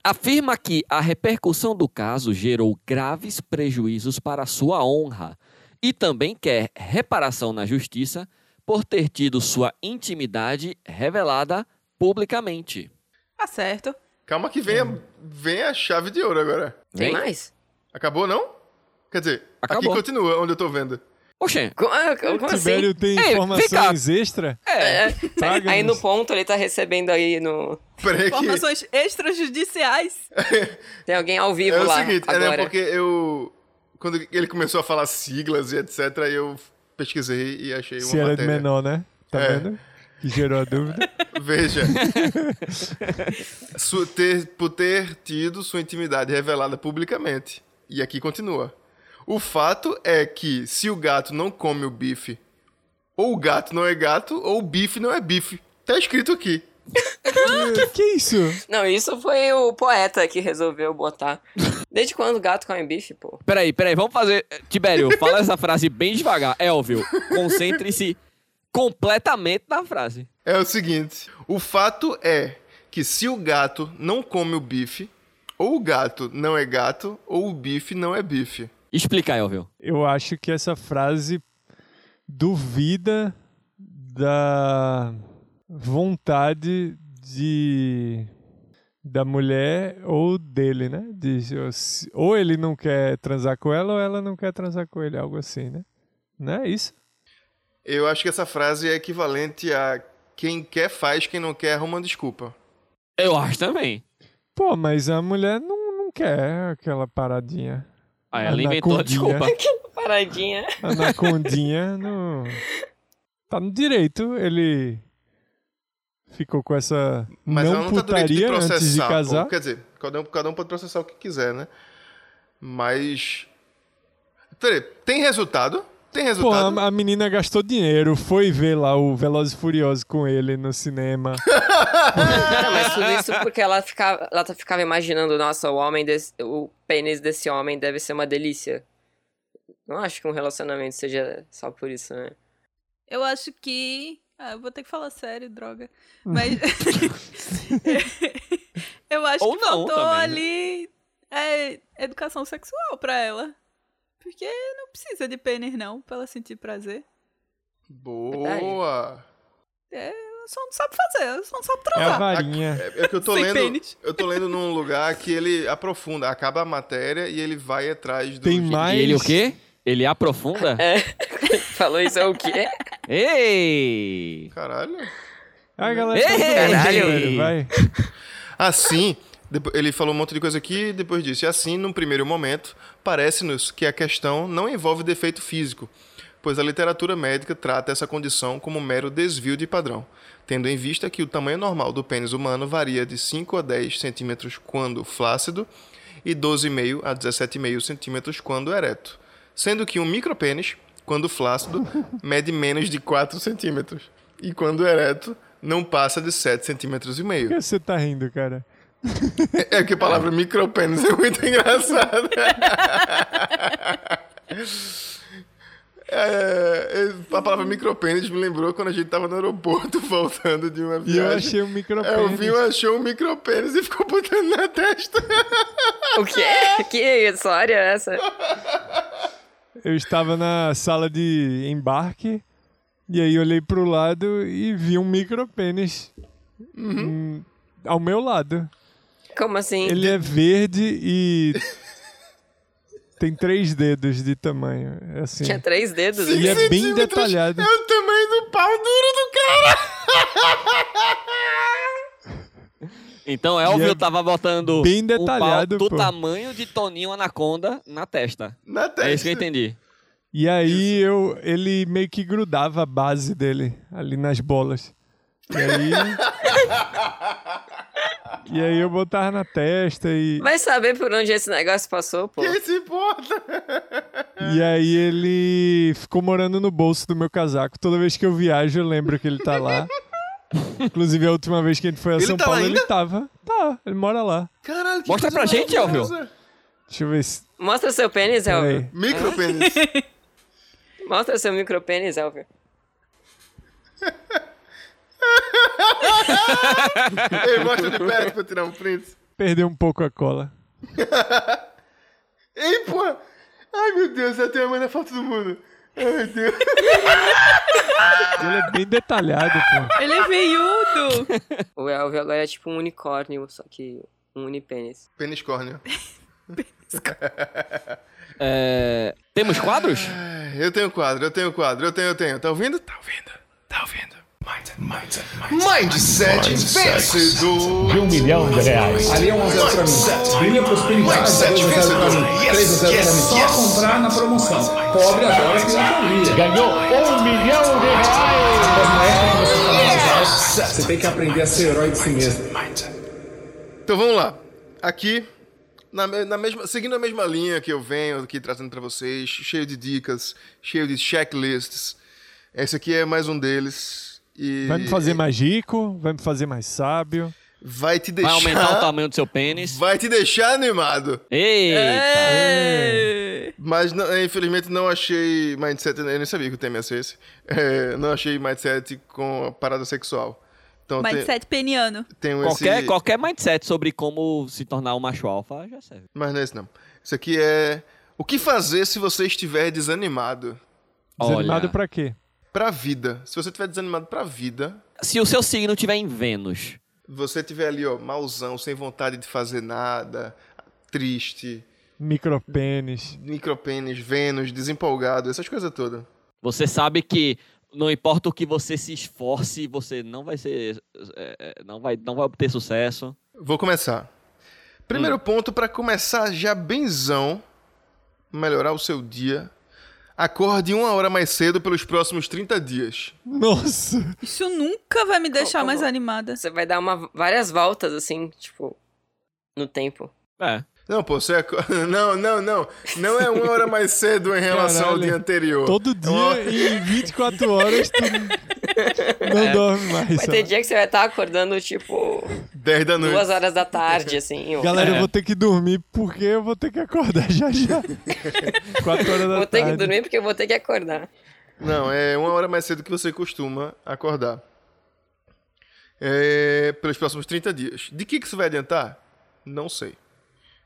afirma que a repercussão do caso gerou graves prejuízos para sua honra e também quer reparação na justiça por ter tido sua intimidade revelada publicamente.
Tá certo.
Calma que vem a, vem a chave de ouro agora.
Tem
Vem.
mais?
Acabou, não? Quer dizer,
Acabou.
aqui continua onde eu tô vendo.
Oxê,
Co- ah, Como, assim?
Tibério tem
Ei, vem
informações extra?
é,
Paga
Aí
nos-
no ponto ele tá recebendo aí no.
Peraí É que...
Informações extrajudiciais.
Tem alguém ao vivo
É o
um lá
seguinte, é, né,
agora.
porque eu... Quando ele começou a falar siglas e etc, eu pesquisei e achei
Se
uma
era de
matéria.
menor, né? Tá
É.
vendo? Que gerou a dúvida.
Veja. Su- ter- por ter tido sua intimidade revelada publicamente. E aqui continua. O fato é que se o gato não come o bife, ou o gato não é gato, ou o bife não é bife. Tá escrito aqui.
que que é isso?
Não, isso foi o poeta que resolveu botar. Desde quando o gato come bife, pô?
peraí, peraí, vamos fazer. Tibério, fala essa frase bem devagar. Elvio, concentre-se completamente na frase.
É o seguinte. O fato é que se o gato não come o bife, ou o gato não é gato, ou o bife não é bife.
Explica, Elvio.
Eu acho que essa frase duvida da vontade de da mulher ou dele, né? De- ou se- ou ele não quer transar com ela ou ela não quer transar com ele, algo assim, né? Não é isso?
Eu acho que essa frase é equivalente a quem quer faz, quem não quer arruma uma desculpa.
Eu acho também.
Pô, mas a mulher não, não quer aquela paradinha.
Aí Ah, ela inventou a
Anacondinha.
desculpa.
Paradinha.
Anacondinha no. Tá no direito, ele ficou com essa
Mas
não,
ela não tá do direito de
putaria
processar.
antes de
pô.
casar.
Quer dizer, cada um, cada um pode processar o que quiser, né? Mas. Peraí, tem resultado? Tem
Pô,
resultado?
a, a menina gastou dinheiro, foi ver lá o Velozes e Furiosos com ele no cinema.
Não, mas tudo isso porque ela ficava, ela tá- ficava imaginando, nossa, o homem desse, o pênis desse homem deve ser uma delícia. Não acho que um relacionamento seja só por isso, né?
Eu acho que. Ah, eu vou ter que falar sério, droga. Mas. eu acho
Ou
que
não
faltou
também, né?
ali é, educação sexual pra ela. Porque não precisa de pênis, não, pra ela sentir prazer.
Boa!
Ela só não sabe fazer, ela só não sabe
É a
transar.
varinha.
É, é que eu tô
Sem
lendo.
pênis.
Eu tô lendo num lugar que ele aprofunda, acaba a matéria e ele vai atrás do.
Tem mais.
E ele o quê? Ele aprofunda?
Falou isso é o quê?
Ei!
Caralho. né?
Ai, galera, tá doente,
Caralho!
velho, vai.
Assim, depo- ele falou um monte de coisa aqui e depois disse: assim, num primeiro momento, parece-nos que a questão não envolve defeito físico, pois a literatura médica trata essa condição como um mero desvio de padrão, tendo em vista que o tamanho normal do pênis humano varia de 5 a 10 centímetros quando flácido e 12,5 a 17,5 centímetros quando ereto, sendo que um micropênis, quando flácido, mede menos de 4 centímetros e quando ereto, não passa de 7 centímetros e meio.
Por que você tá rindo, cara?
É que a palavra micropênis é muito engraçada. É, é, a palavra micropênis me lembrou quando a gente tava no aeroporto voltando de uma
E eu
viagem.
achei um microfone.
É, o Vinho achou um micropênis e ficou botando na testa.
O quê? Que história é essa?
Eu estava na sala de embarque e aí olhei pro lado e vi um micro pênis hum, ao meu lado.
Como assim?
Ele é verde e tem três dedos de tamanho, é assim.
Tinha três dedos?
Ele é bem
Centímetros
detalhado.
É o tamanho do pau duro do cara.
Então Elvio
E é
tava botando
bem
um pau
detalhado,
do
pô.
tamanho de Toninho Anaconda na testa.
Na testa.
É isso que eu entendi.
E aí eu, ele meio que grudava a base dele ali nas bolas. E aí E aí eu botava na testa e
Vai saber por onde esse negócio passou, pô.
Quem se importa?
E aí ele ficou morando no bolso do meu casaco. Toda vez que eu viajo, eu lembro que ele tá lá. Inclusive, a última vez que a gente foi a
Ele
São
tá lá
Paulo, ele
ainda?
tava. Tá, ele mora lá.
Caralho, que
Mostra
coisa
pra gente, Elvio.
maravilhosa.
Deixa eu ver se.
Mostra seu pênis, Elvio.
Peraí.
Micropênis.
Mostra seu micropênis, Elvio.
Ei, mostra de perto pra tirar um print.
Perdeu um pouco a cola.
Ei, pô! Ai, meu Deus, eu tenho a mãe na foto do mundo. Ai, meu Deus.
Ele é bem detalhado, pô.
Ele é veiudo.
O Elvio agora é tipo um unicórnio, só que um unipênis.
Pênis córneo.
É, Temos quadros?
Eu tenho quadro, eu tenho quadro, eu tenho, eu tenho. Tá ouvindo? Tá ouvindo. Tá ouvindo. Mindset, vencedor.
De um milhão de reais.
Ali é 1 a 0 pra mim. Brilha prosperidade, 2 a 0 pra mim. 3 a 0 pra mim. Só comprar na promoção. Pobre adora pirataria.
Ganhou um milhão de reais.
Mas não é quando você fala mais alto. Você tem que aprender a ser herói de si mesmo.
Então vamos lá. Aqui, na, me- na mesma, seguindo a mesma linha que eu venho aqui trazendo pra vocês, cheio de dicas, cheio de checklists. Esse aqui é mais um deles. E
Vai me fazer mais rico, vai me fazer mais sábio.
Vai te
Vai
deixar.
aumentar o tamanho do seu pênis.
Vai te deixar animado.
Eita!
É.
Mas não- infelizmente não achei Mindset, eu nem sabia que o tema ia ser esse. É, não achei Mindset com a parada sexual. Então tem-
Mindset peniano.
tenho
Qualquer,
esse.
qualquer mindset sobre como se tornar um macho alfa já serve.
Mas não é esse não. Isso aqui é. O que fazer se você estiver desanimado?
Desanimado
Olha,
pra quê?
Pra vida. Se você estiver desanimado pra vida,
se o seu signo tiver em Vênus,
você estiver ali, ó, mauzão, sem vontade de fazer nada, triste,
Micropênis.
micropênis, Vênus, desempolgado, essas coisas todas.
você sabe que não importa o que você se esforce, você não vai ser, é, é, não vai, não vai obter sucesso.
Vou começar. Primeiro ponto para começar já benzão, melhorar o seu dia. Acorde uma hora mais cedo pelos próximos 30 dias.
Nossa!
Isso nunca vai me deixar
Calma.
mais animada.
Você vai dar uma, várias voltas, assim, tipo, no tempo.
É.
Não, pô, você aco- não, não, não, não é uma hora mais cedo em relação ao
Caralho.
dia anterior.
Todo
É uma-
dia, em 24 horas, tu não
É.
dorme mais.
Vai
ó.
ter dia que você vai estar acordando, tipo,
10 da noite.
duas horas da tarde, assim. ou-
Galera, eu
É.
vou ter que dormir porque eu vou ter que acordar já já. 4 horas da
Vou
tarde.
ter que dormir porque eu vou ter que acordar.
Não, é uma hora mais cedo que você costuma acordar. É, pelos próximos 30 dias. De que que isso vai adiantar? Não sei.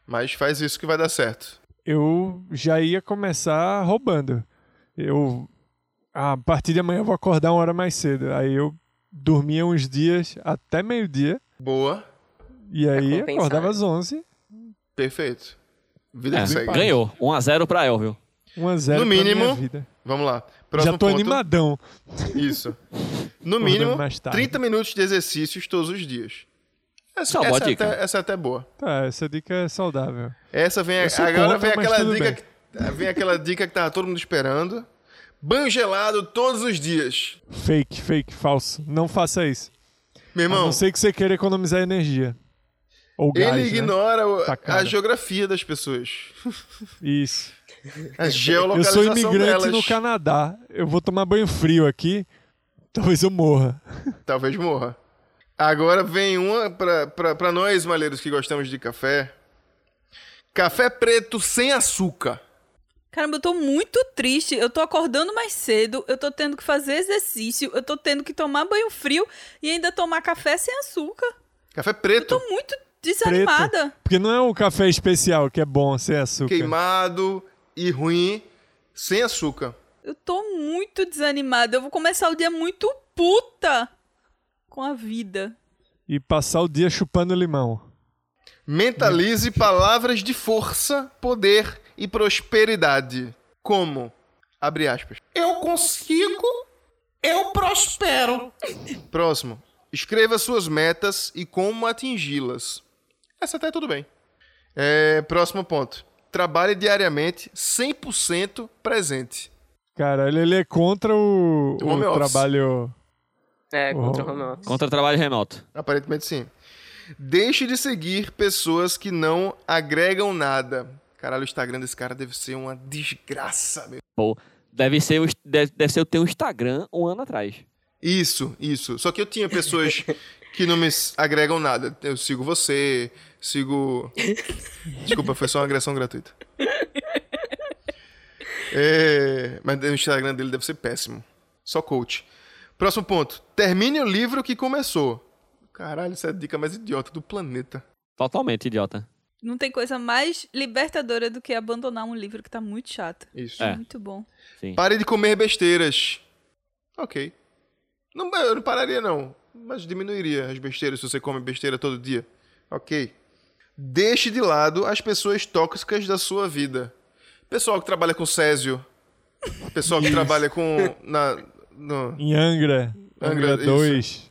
Mas faz isso que vai dar certo.
Eu já ia começar roubando. Eu a partir de amanhã eu vou acordar uma hora mais cedo. Aí eu dormia uns dias até meio-dia
Boa,
e aí
compensar.
acordava às 11,
perfeito. Vida
É,
que segue.
ganhou. 1 a 0 pra Elvio.
1 a 0
No
pra minha
mínimo,
vida.
Vamos lá.
já
Próximo
tô
ponto.
animadão.
Isso. No
Acordando
mínimo,
mais tarde.
30 minutos de exercícios todos os dias. Essa,
Tá boa
essa, é
dica.
até, essa é até boa.
Tá, essa dica é saudável.
Essa vem
Eu sou
agora
contra,
vem
mas
aquela
tudo
dica
bem.
que, vem aquela dica que tava todo mundo esperando. Banho gelado todos os dias.
Fake, fake, falso. Não faça isso.
Meu
A
irmão,
não ser que você queira economizar energia. Ou
ele
gás, né?
ignora o-
Tá
a
cara.
geografia das pessoas.
Isso.
A
Eu
geolocalização
sou imigrante
delas.
no Canadá. Eu vou tomar banho frio aqui. Talvez eu morra.
Talvez morra. Agora vem uma pra, pra, pra nós, malheiros, que gostamos de café. Café preto sem açúcar.
Caramba, eu tô muito triste. Eu tô acordando mais cedo, eu tô tendo que fazer exercício, eu tô tendo que tomar banho frio e ainda tomar café sem açúcar.
Café
Eu
preto,
tô muito desanimada.
Porque não é um café especial que é bom sem açúcar.
queimado e ruim, sem açúcar.
Eu tô muito desanimada. Eu vou começar o dia muito puta com a vida.
E passar o dia chupando limão.
Mentalize palavras de força, poder e prosperidade. Como? Abre aspas.
Eu consigo, eu prospero.
Próximo. Escreva suas metas e como atingi-las. Essa até tudo bem. É, próximo ponto. Trabalhe diariamente 100% presente.
Cara, ele, ele é contra o,
O home
o
office.
trabalho.
É, contra o
Oh.
home office.
Contra trabalho remoto.
Aparentemente sim. Deixe de seguir pessoas que não agregam nada. Caralho, o Instagram desse cara deve ser uma desgraça, meu.
Deve ser, o, deve, deve ser o teu Instagram um ano atrás.
Isso, isso. Só que eu tinha pessoas que não me s- agregam nada. Eu sigo você, sigo. Desculpa, foi só uma agressão gratuita. É, mas o Instagram dele deve ser péssimo. Só coach. Próximo ponto. Termine o livro que começou. Caralho, essa é a dica mais idiota do planeta.
Totalmente idiota.
Não tem coisa mais libertadora do que abandonar um livro que tá muito chato.
Isso.
É.
Muito bom.
Sim.
Pare de comer besteiras. Ok. Não, eu não pararia, não. Mas diminuiria as besteiras se você come besteira todo dia. Ok. Deixe de lado as pessoas tóxicas da sua vida. Pessoal que trabalha com Césio. Pessoal que trabalha com. Na, no-
Em Angra.
Angra,
Angra
isso.
2.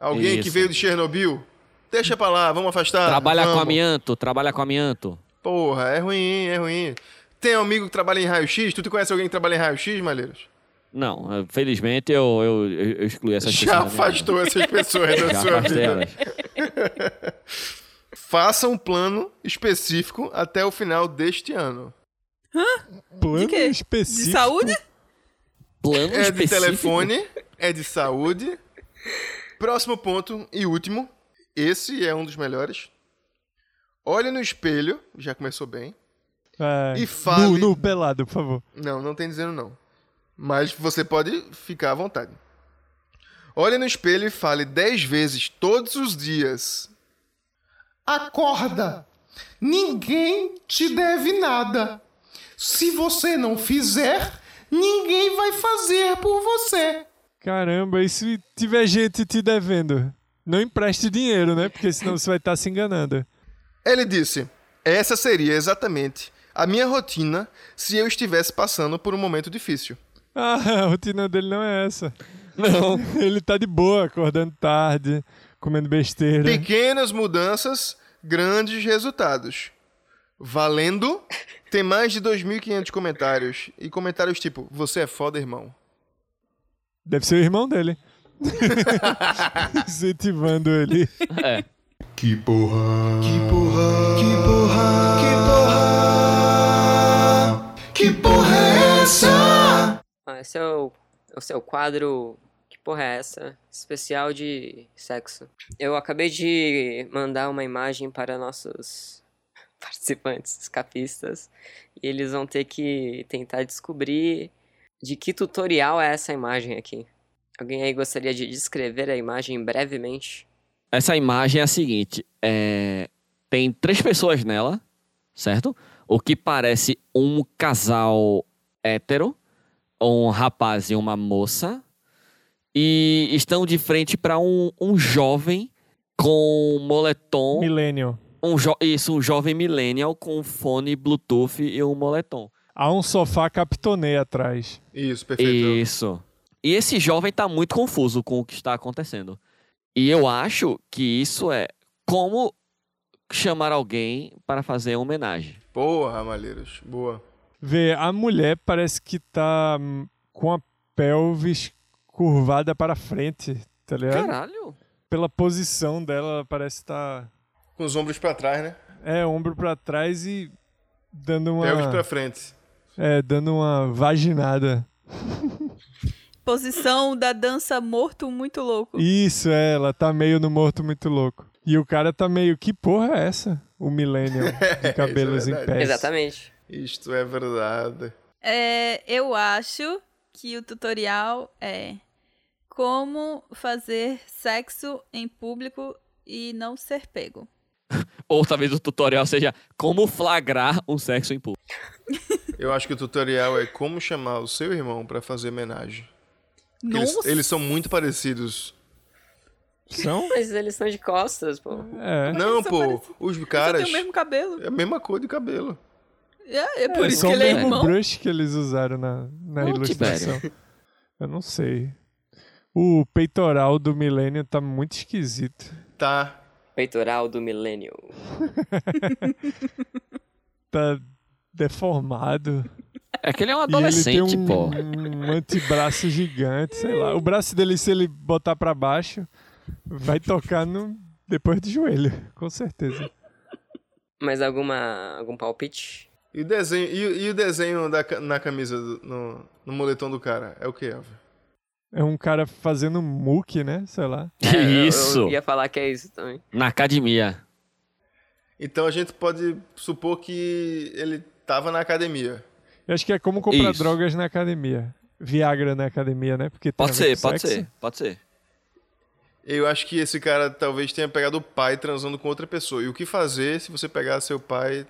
alguém que
Isso.
veio de Chernobyl. Deixa pra lá, vamos afastar.
trabalha com
vamos.
amianto, trabalha com amianto.
Porra, é ruim, é ruim. Tem um amigo que trabalha em raio-x? Tu te conhece alguém que trabalha em raio-x, Malheiros?
Não, eh, felizmente eu, eu, eu- eu excluí essas
Já
pessoas. né? da minha vida.
afastou essas pessoas da
Já
sua
afastei né?
vida.
elas.
Faça um plano específico até o final deste ano.
Plano
quê? De
específico.
De saúde?
É
Plano
de
Um específico.
telefone, é de saúde. Próximo ponto e último. Esse é um dos melhores. Olhe no espelho, já começou bem.
É,
E fale-
Nu, nu, pelado, por favor.
Não, não tem dizendo não. Mas você pode ficar à vontade. Olhe no espelho e fale 10 vezes todos os dias.
Acorda. Ninguém te deve nada. Se você não fizer, ninguém vai fazer por você.
Caramba, e se tiver gente te devendo? Não empreste dinheiro, né? Porque senão você vai estar se enganando.
Ele disse: Essa seria exatamente a minha rotina se eu estivesse passando por um momento difícil.
Ah, a rotina dele não é essa.
Não.
Ele tá de boa, acordando tarde, comendo besteira.
É.
Pequenas mudanças, grandes resultados. Valendo. Tem mais de 2.500 comentários. E comentários tipo: Você é foda, irmão.
Deve ser o irmão dele. Incentivando ele.
É.
Que porra. Que porra.
Que porra, que porra, que porra é essa?
Ah, esse é o, o seu quadro. Que porra é essa? Especial de sexo. Eu acabei de mandar uma imagem para nossos participantes escapistas. E eles vão ter que tentar descobrir de que tutorial é essa imagem aqui. Alguém aí gostaria de descrever a imagem brevemente?
Essa imagem é a seguinte: é, tem três pessoas nela, certo? O que parece um casal hétero, um rapaz e uma moça, e estão de frente para um, um jovem com moletom.
Millennium.
Um jo- isso, um jovem millennial com fone Bluetooth e um moletom.
Há um sofá capitonê atrás.
Isso, perfeito.
Isso. E esse jovem tá muito confuso com o que está acontecendo. E eu acho que isso é como chamar alguém para fazer uma homenagem.
Porra, Malheiros. Boa.
Vê, a mulher parece que tá hum, com a pelvis curvada para frente, tá ligado?
Caralho!
Pela posição dela, ela parece tá estar.
Com os ombros pra trás, né?
É, ombro pra trás e dando uma.
Pelvis pra frente.
É, dando uma vaginada.
Posição da dança morto muito louco.
Isso, é, ela tá meio no morto muito louco. E o cara tá meio, que porra é essa? O Millennium, de cabelos
Isso é
em
verdade.
pé.
Exatamente.
Isto é verdade.
É, eu acho que o tutorial é como fazer sexo em público e não ser pego.
Ou talvez o tutorial seja como flagrar um sexo em público.
Eu acho que o tutorial é como chamar o seu irmão pra fazer homenagem. Porque Eles,
Nossa!
eles são muito parecidos.
São?
Mas eles são de costas, pô.
É.
Não,
eles são
pô,
parecidos?
os
Você
caras
tem o mesmo cabelo.
é a mesma cor de cabelo.
É, é por
é
isso
só
que
o
ele é
mesmo
irmão.
brush que eles usaram na, na
Ô,
ilustração. Eu não sei. O peitoral do Millennium tá muito esquisito.
Tá.
Peitoral do milênio.
Tá deformado.
É que ele é um
E ele tem
adolescente,
um,
pô.
um antebraço gigante, sei lá. O braço dele, se ele botar pra baixo, vai tocar no depois do joelho, com certeza.
Mas alguma. algum palpite?
E o desenho, e, e o desenho da ca- na camisa, do- no, no moletom do cara? É o que, Elvio?
É um cara fazendo muque, né? Sei lá.
Que
É, eu-
isso?
Eu ia falar que é isso também.
Na academia.
Então a gente pode supor que ele tava na academia.
Eu acho que é como comprar
Isso.
drogas na academia. Viagra na academia, né? Porque tem
Pode
a
ser,
ver com
pode
sexo.
ser, pode ser.
Eu acho que esse cara talvez tenha pegado o pai transando com outra pessoa. E o que fazer se você pegar seu pai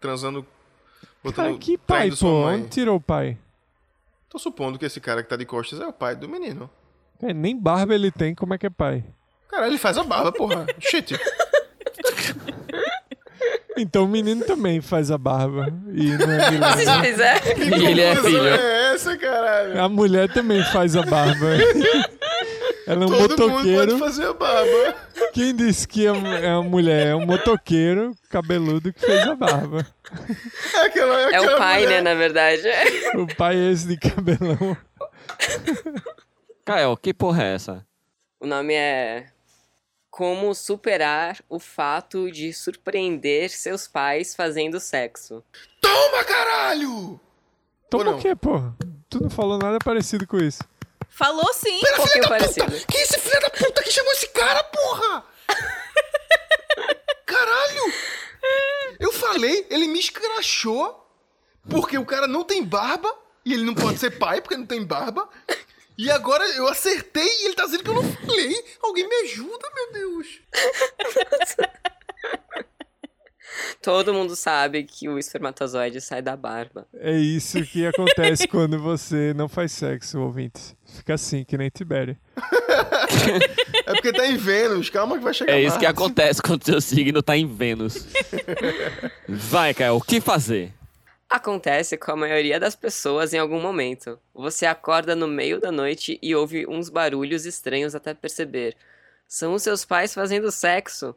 transando.
Cara,
botando-
que Tá pai,
traindo sua
pô?
mãe?
Onde tirou o pai?
Tô supondo que esse cara que tá de costas é o pai do menino.
É, nem barba ele tem, como é que é pai?
Cara, ele faz a barba, porra. Shit.
Então o menino também faz a barba. E não é
Se
milênio.
fizer.
E ele é
Que
filho.
é essa, caralho?
A mulher também faz a barba. Ela é um
Todo mundo
motoqueiro.
pode fazer a barba.
Quem disse que é, é uma mulher? É um motoqueiro cabeludo que fez a barba.
É, aquela,
É
aquela
o pai,
mulher.
né, na verdade.
O pai é esse de cabelão.
Caio, que porra é essa?
O nome é Como superar o fato de surpreender seus pais fazendo sexo.
Toma, caralho!
Toma
não?
o Então quê, pô? Tu não falou nada parecido com isso.
Falou sim!
Um pouquinho parecido.
Que esse filho da puta que chamou esse cara, porra? Caralho! Eu falei, ele me escrachou porque o cara não tem barba e ele não pode ser pai porque não tem barba. E agora eu acertei e ele tá dizendo que eu não falei. Alguém me ajuda, meu Deus.
Todo mundo sabe que o espermatozoide sai da barba.
É isso que acontece quando você não faz sexo, ouvintes. Fica assim, que nem Tibério.
É porque tá em Vênus, calma que vai chegar
É isso
lá.
que acontece quando seu signo tá em Vênus. Vai, Caio, o que fazer?
Acontece com a maioria das pessoas em algum momento. Você acorda no meio da noite e ouve uns barulhos estranhos até perceber. São os seus pais fazendo sexo.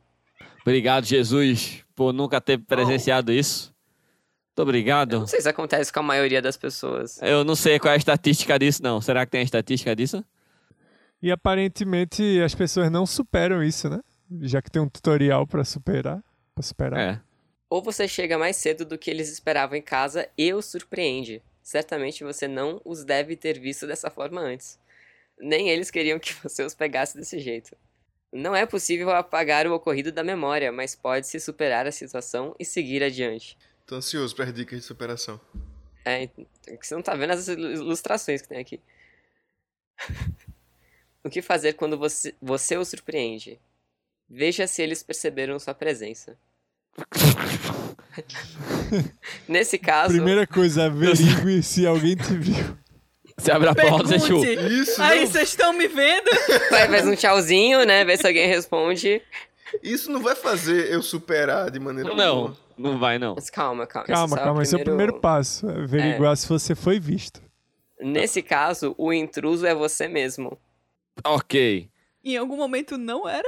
Obrigado, Jesus, por nunca ter presenciado isso. Muito obrigado.
Não sei se acontece com a maioria das pessoas.
Eu não sei qual é a estatística disso, não. Será que tem a estatística disso?
E aparentemente as pessoas não superam isso, né? Já que tem um tutorial pra superar. Pra superar.
É.
Ou você chega mais cedo do que eles esperavam em casa e os surpreende. Certamente você não os deve ter visto dessa forma antes. Nem eles queriam que você os pegasse desse jeito. Não é possível apagar o ocorrido da memória, mas pode-se superar a situação e seguir adiante.
Tô ansioso pras dicas de superação.
É, é que você não tá vendo as ilu- ilustrações que tem aqui. o que fazer quando você, você o surpreende? Veja se eles perceberam sua presença. Nesse caso,
Primeira coisa, averigue se alguém te viu.
Você abre a porta, você chupa.
Pergunte!
Isso,
É
Aí,
não,
vocês estão me vendo?
vai, faz um tchauzinho, né? Vê se alguém responde.
isso não vai fazer eu superar de maneira
Não,
alguma.
não vai, não.
Mas calma, calma. esse é
Calma,
só
calma, esse é o primeiro passo. Averiguar se você foi visto.
Nesse caso, o intruso é você mesmo.
Ok. É,
Em algum momento não era?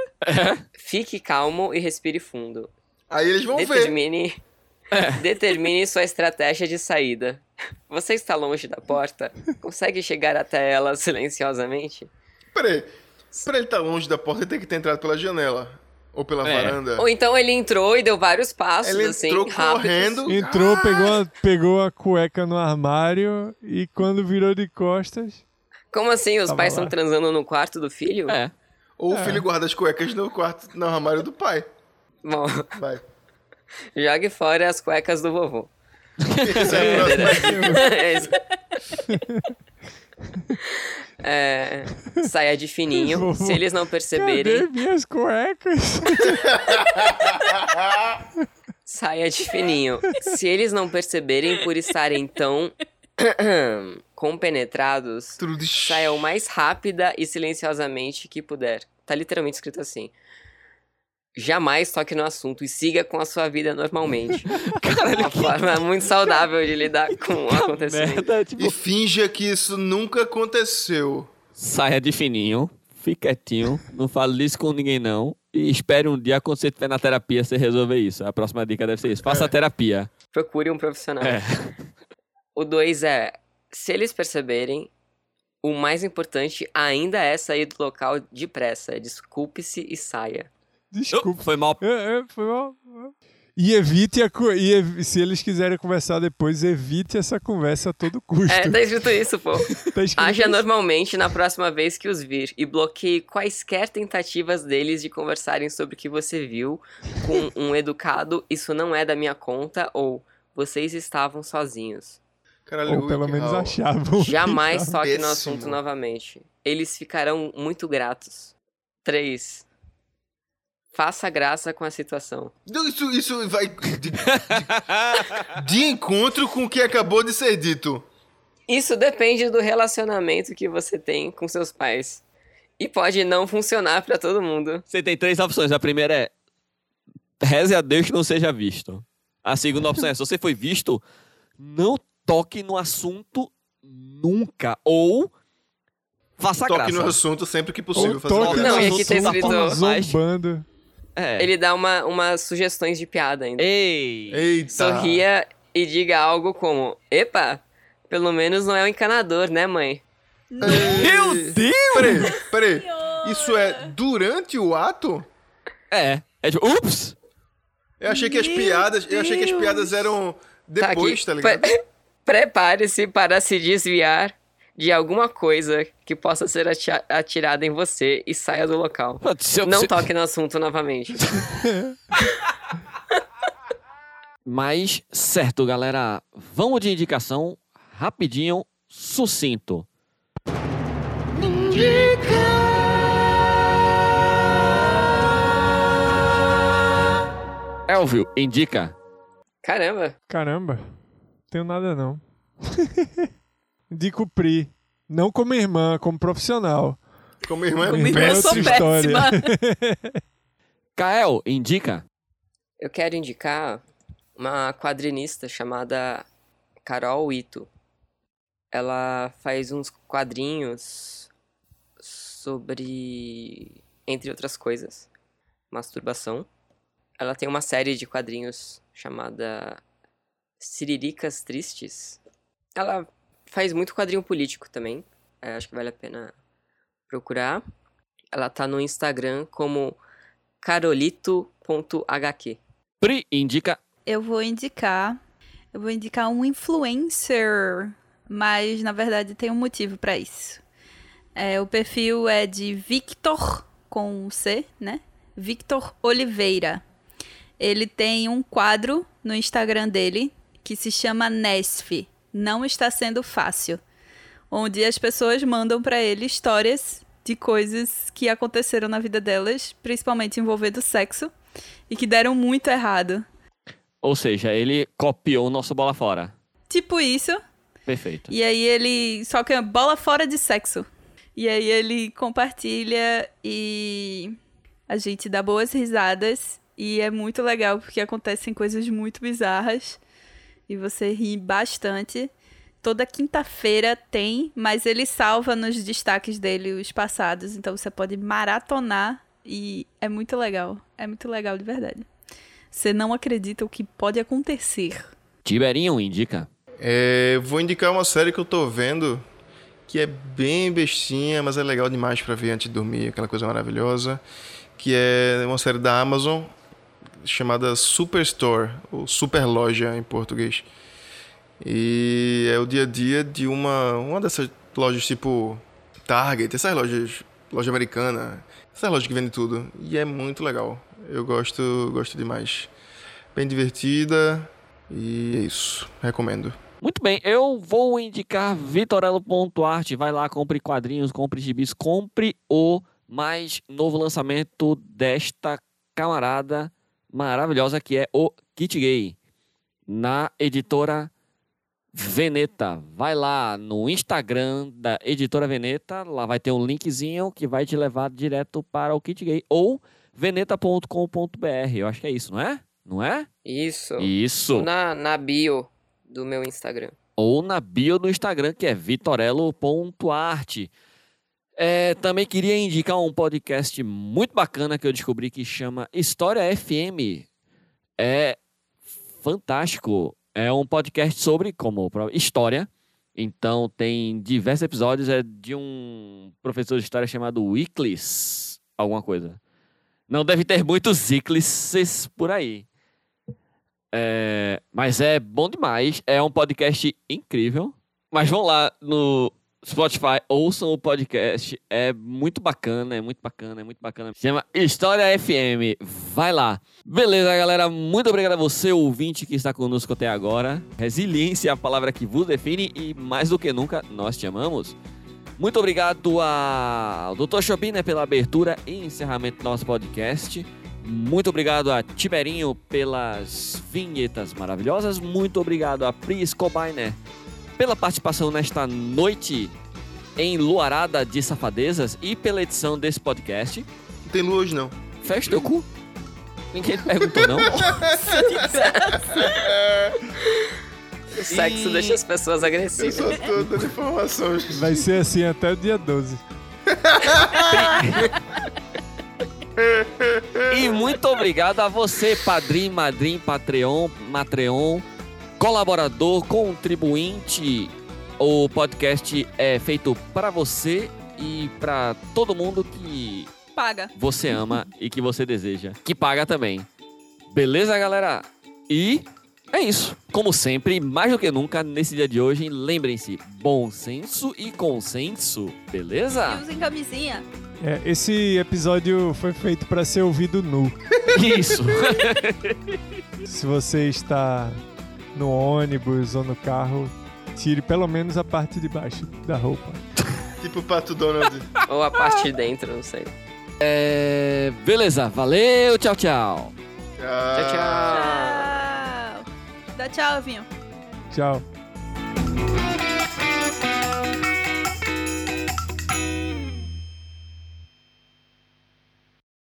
Fique calmo e respire fundo.
Aí eles vão ver.
Determine,
é,
determine sua estratégia de saída. Você está longe da porta? Consegue chegar até ela silenciosamente?
Peraí. Pra ele estar longe da porta, ele tem que ter entrado pela janela. Ou pela
É.
varanda.
Ou então ele entrou e deu vários passos,
Ele
assim,
entrou
rápidos.
correndo.
Entrou, pegou a, pegou a cueca no armário e quando virou de costas.
Como assim? Os
Tava
pais
lá.
estão transando no quarto do filho?
É.
Ou o filho guarda as cuecas no quarto, no armário do pai.
Bom,
Vai.
jogue fora as cuecas do vovô.
Esse é o próximo.
É isso. É, saia de fininho. Se eles não perceberem,
Cadê minhas cuecas?
saia de fininho. Se eles não perceberem por estarem tão compenetrados,
Tudo de-
saia é o mais rápida e silenciosamente que puder. Tá literalmente escrito assim. Jamais toque no assunto e siga com a sua vida normalmente. Uma forma muito saudável de lidar com o acontecimento.
Merda, tipo,
E finja que isso nunca aconteceu.
saia de fininho, fique quietinho, não fale isso com ninguém não. E espere um dia quando você estiver na terapia você resolver isso. A próxima dica deve ser isso. Faça terapia.
Procure um profissional.
É.
O dois é, se eles perceberem, o mais importante ainda é sair do local depressa. Desculpe-se e saia.
Desculpa.
Foi mal.
É, é, foi mal. E evite a. cu- E ev- se eles quiserem conversar depois, evite essa conversa a todo custo.
É, tá escrito isso, pô.
Tá escrito
Haja
isso.
normalmente na próxima vez que os vir e bloqueie quaisquer tentativas deles de conversarem sobre o que você viu com um educado, isso não é da minha conta, ou vocês estavam sozinhos.
Caralho,
Ou pelo
Wick
menos
Hall.
achavam.
Jamais toque
Péssimo.
no assunto novamente. Eles ficarão muito gratos. 3. Faça graça com a situação.
Não, Isso, isso vai de, de- de encontro com o que acabou de ser dito.
Isso depende do relacionamento que você tem com seus pais. E pode não funcionar pra todo mundo.
Você tem três opções. A primeira é reze a Deus que não seja visto. A segunda opção é se você foi visto, não toque no assunto nunca ou
Tá
faça
Toque
graça.
no assunto sempre que possível.
Ou
Fazer uma
toque
graça.
Não,
no
e aqui tá
assunto,
escrito-
tão zombando.
É.
Ele dá uma, umas sugestões de piada ainda.
Ei.
Eita.
Sorria e diga algo como: Epa, pelo menos não é um encanador, né, mãe?
Meu Deus! Peraí, peraí.
Senhora!
Isso é durante o ato?
É. É tipo, ups.
Eu achei que as
Meu
piadas. Eu achei que as
Deus.
piadas eram
Tá
depois,
aqui.
tá, ligado?
Pre- Prepare-se para se desviar de alguma coisa que possa ser ati- atirada em você e saia do local.
Se eu-
Não
se-
toque no assunto novamente.
Mas, certo, galera. Vamos de indicação rapidinho, sucinto. Indica! Elvio, indica.
Caramba.
Caramba, tenho nada não. Indico o Pri. Não como irmã, como profissional.
Como irmã é
Como irmã, eu
péssima.
sou
Outra história.
péssima.
Kael, indica.
Eu quero indicar uma quadrinista chamada Carol Ito. Ela faz uns quadrinhos sobre, entre outras coisas, masturbação. Ela tem uma série de quadrinhos chamada Ciriricas Tristes. Ela faz muito quadrinho político também. É, acho que vale a pena procurar. Ela tá no Instagram como carolito.hq.
Pri, indica.
Eu vou indicar. Eu vou indicar um influencer, mas na verdade tem um motivo pra isso. É, o perfil é de Victor com um C, né? Victor Oliveira. Ele tem um quadro no Instagram dele que se chama Nesf. Não está sendo fácil. Onde as pessoas mandam pra ele histórias de coisas que aconteceram na vida delas, principalmente envolvendo sexo, e que deram muito errado.
Ou seja, ele copiou o nosso bola fora.
Tipo isso.
Perfeito.
E aí ele. Só que é bola fora de sexo. E aí ele compartilha e a gente dá boas risadas. E é muito legal porque acontecem coisas muito bizarras. E você ri bastante. Toda quinta-feira tem, mas ele salva nos destaques dele os passados, então você pode maratonar e é muito legal. É muito legal de verdade. Você não acredita o que pode acontecer.
Tiberinho indica.
É, vou indicar uma série que eu tô vendo que é bem bestinha, mas é legal demais pra ver antes de dormir, aquela coisa maravilhosa, que é uma série da Amazon chamada Superstore, ou Superloja em português. E é o dia a dia de uma uma dessas lojas tipo Target, essas lojas, loja americana, essas lojas que vendem tudo. E é muito legal. Eu gosto, gosto demais. Bem divertida e é isso. Recomendo.
Muito bem, eu vou indicar vitorello.arte. Vai lá, compre quadrinhos, compre gibis, compre o mais novo lançamento desta camarada maravilhosa que é o Kit Gay, na editora Veneta. Vai lá no Instagram da editora Veneta, lá vai ter um linkzinho que vai te levar direto para o Kit Gay ou veneta.com.br. Eu acho que é isso, não é? Não é?
Isso.
Isso.
Na, na bio do meu Instagram.
ou na bio do Instagram, que é vitorello.arte. É, também queria indicar um podcast muito bacana que eu descobri que chama História FM. É fantástico. É um podcast sobre como o próprio- história. Então tem diversos episódios. É de um professor de história chamado Wiclis, alguma coisa. Não deve ter muitos Wiclises por aí. É, mas é bom demais. É um podcast incrível. Mas vão lá no Spotify, ouçam o podcast. É muito bacana, é muito bacana, é muito bacana. Chama História FM. Vai lá. Beleza, galera. Muito obrigado a você, ouvinte, que está conosco até agora. Resiliência é a palavra que vos define e, mais do que nunca, nós te amamos. Muito obrigado ao Dr. Chopina pela abertura e encerramento do nosso podcast. Muito obrigado a Tiberinho pelas vinhetas maravilhosas. Muito obrigado a Pris Cobainer pela participação nesta noite em Luarada de Safadezas e pela edição desse podcast.
Não tem lua hoje não.
Fecha teu cu. Ninguém te perguntou, não.
O sexo deixa as pessoas
Eu
agressivas.
sou todo dando informações.
Vai ser assim até o dia 12.
E muito obrigado a você, padrinho, madrinho, patreon, matreon, colaborador, contribuinte. O podcast é feito para você e para todo mundo que
Paga.
você ama e que você deseja, que paga também. Beleza, galera? E é isso. Como sempre, mais do que nunca, nesse dia de hoje, lembrem-se, bom senso e consenso,
E
beleza?
usem camisinha.
É, esse episódio foi feito para ser ouvido nu.
Isso.
Se você está no ônibus ou no carro, tire pelo menos a parte de baixo da roupa.
Tipo o Pato Donald.
Ou a parte de dentro, não sei.
É, beleza, valeu, tchau, tchau.
Tchau,
Tchau.
tchau.
Dá tchau, Vinho.
Tchau.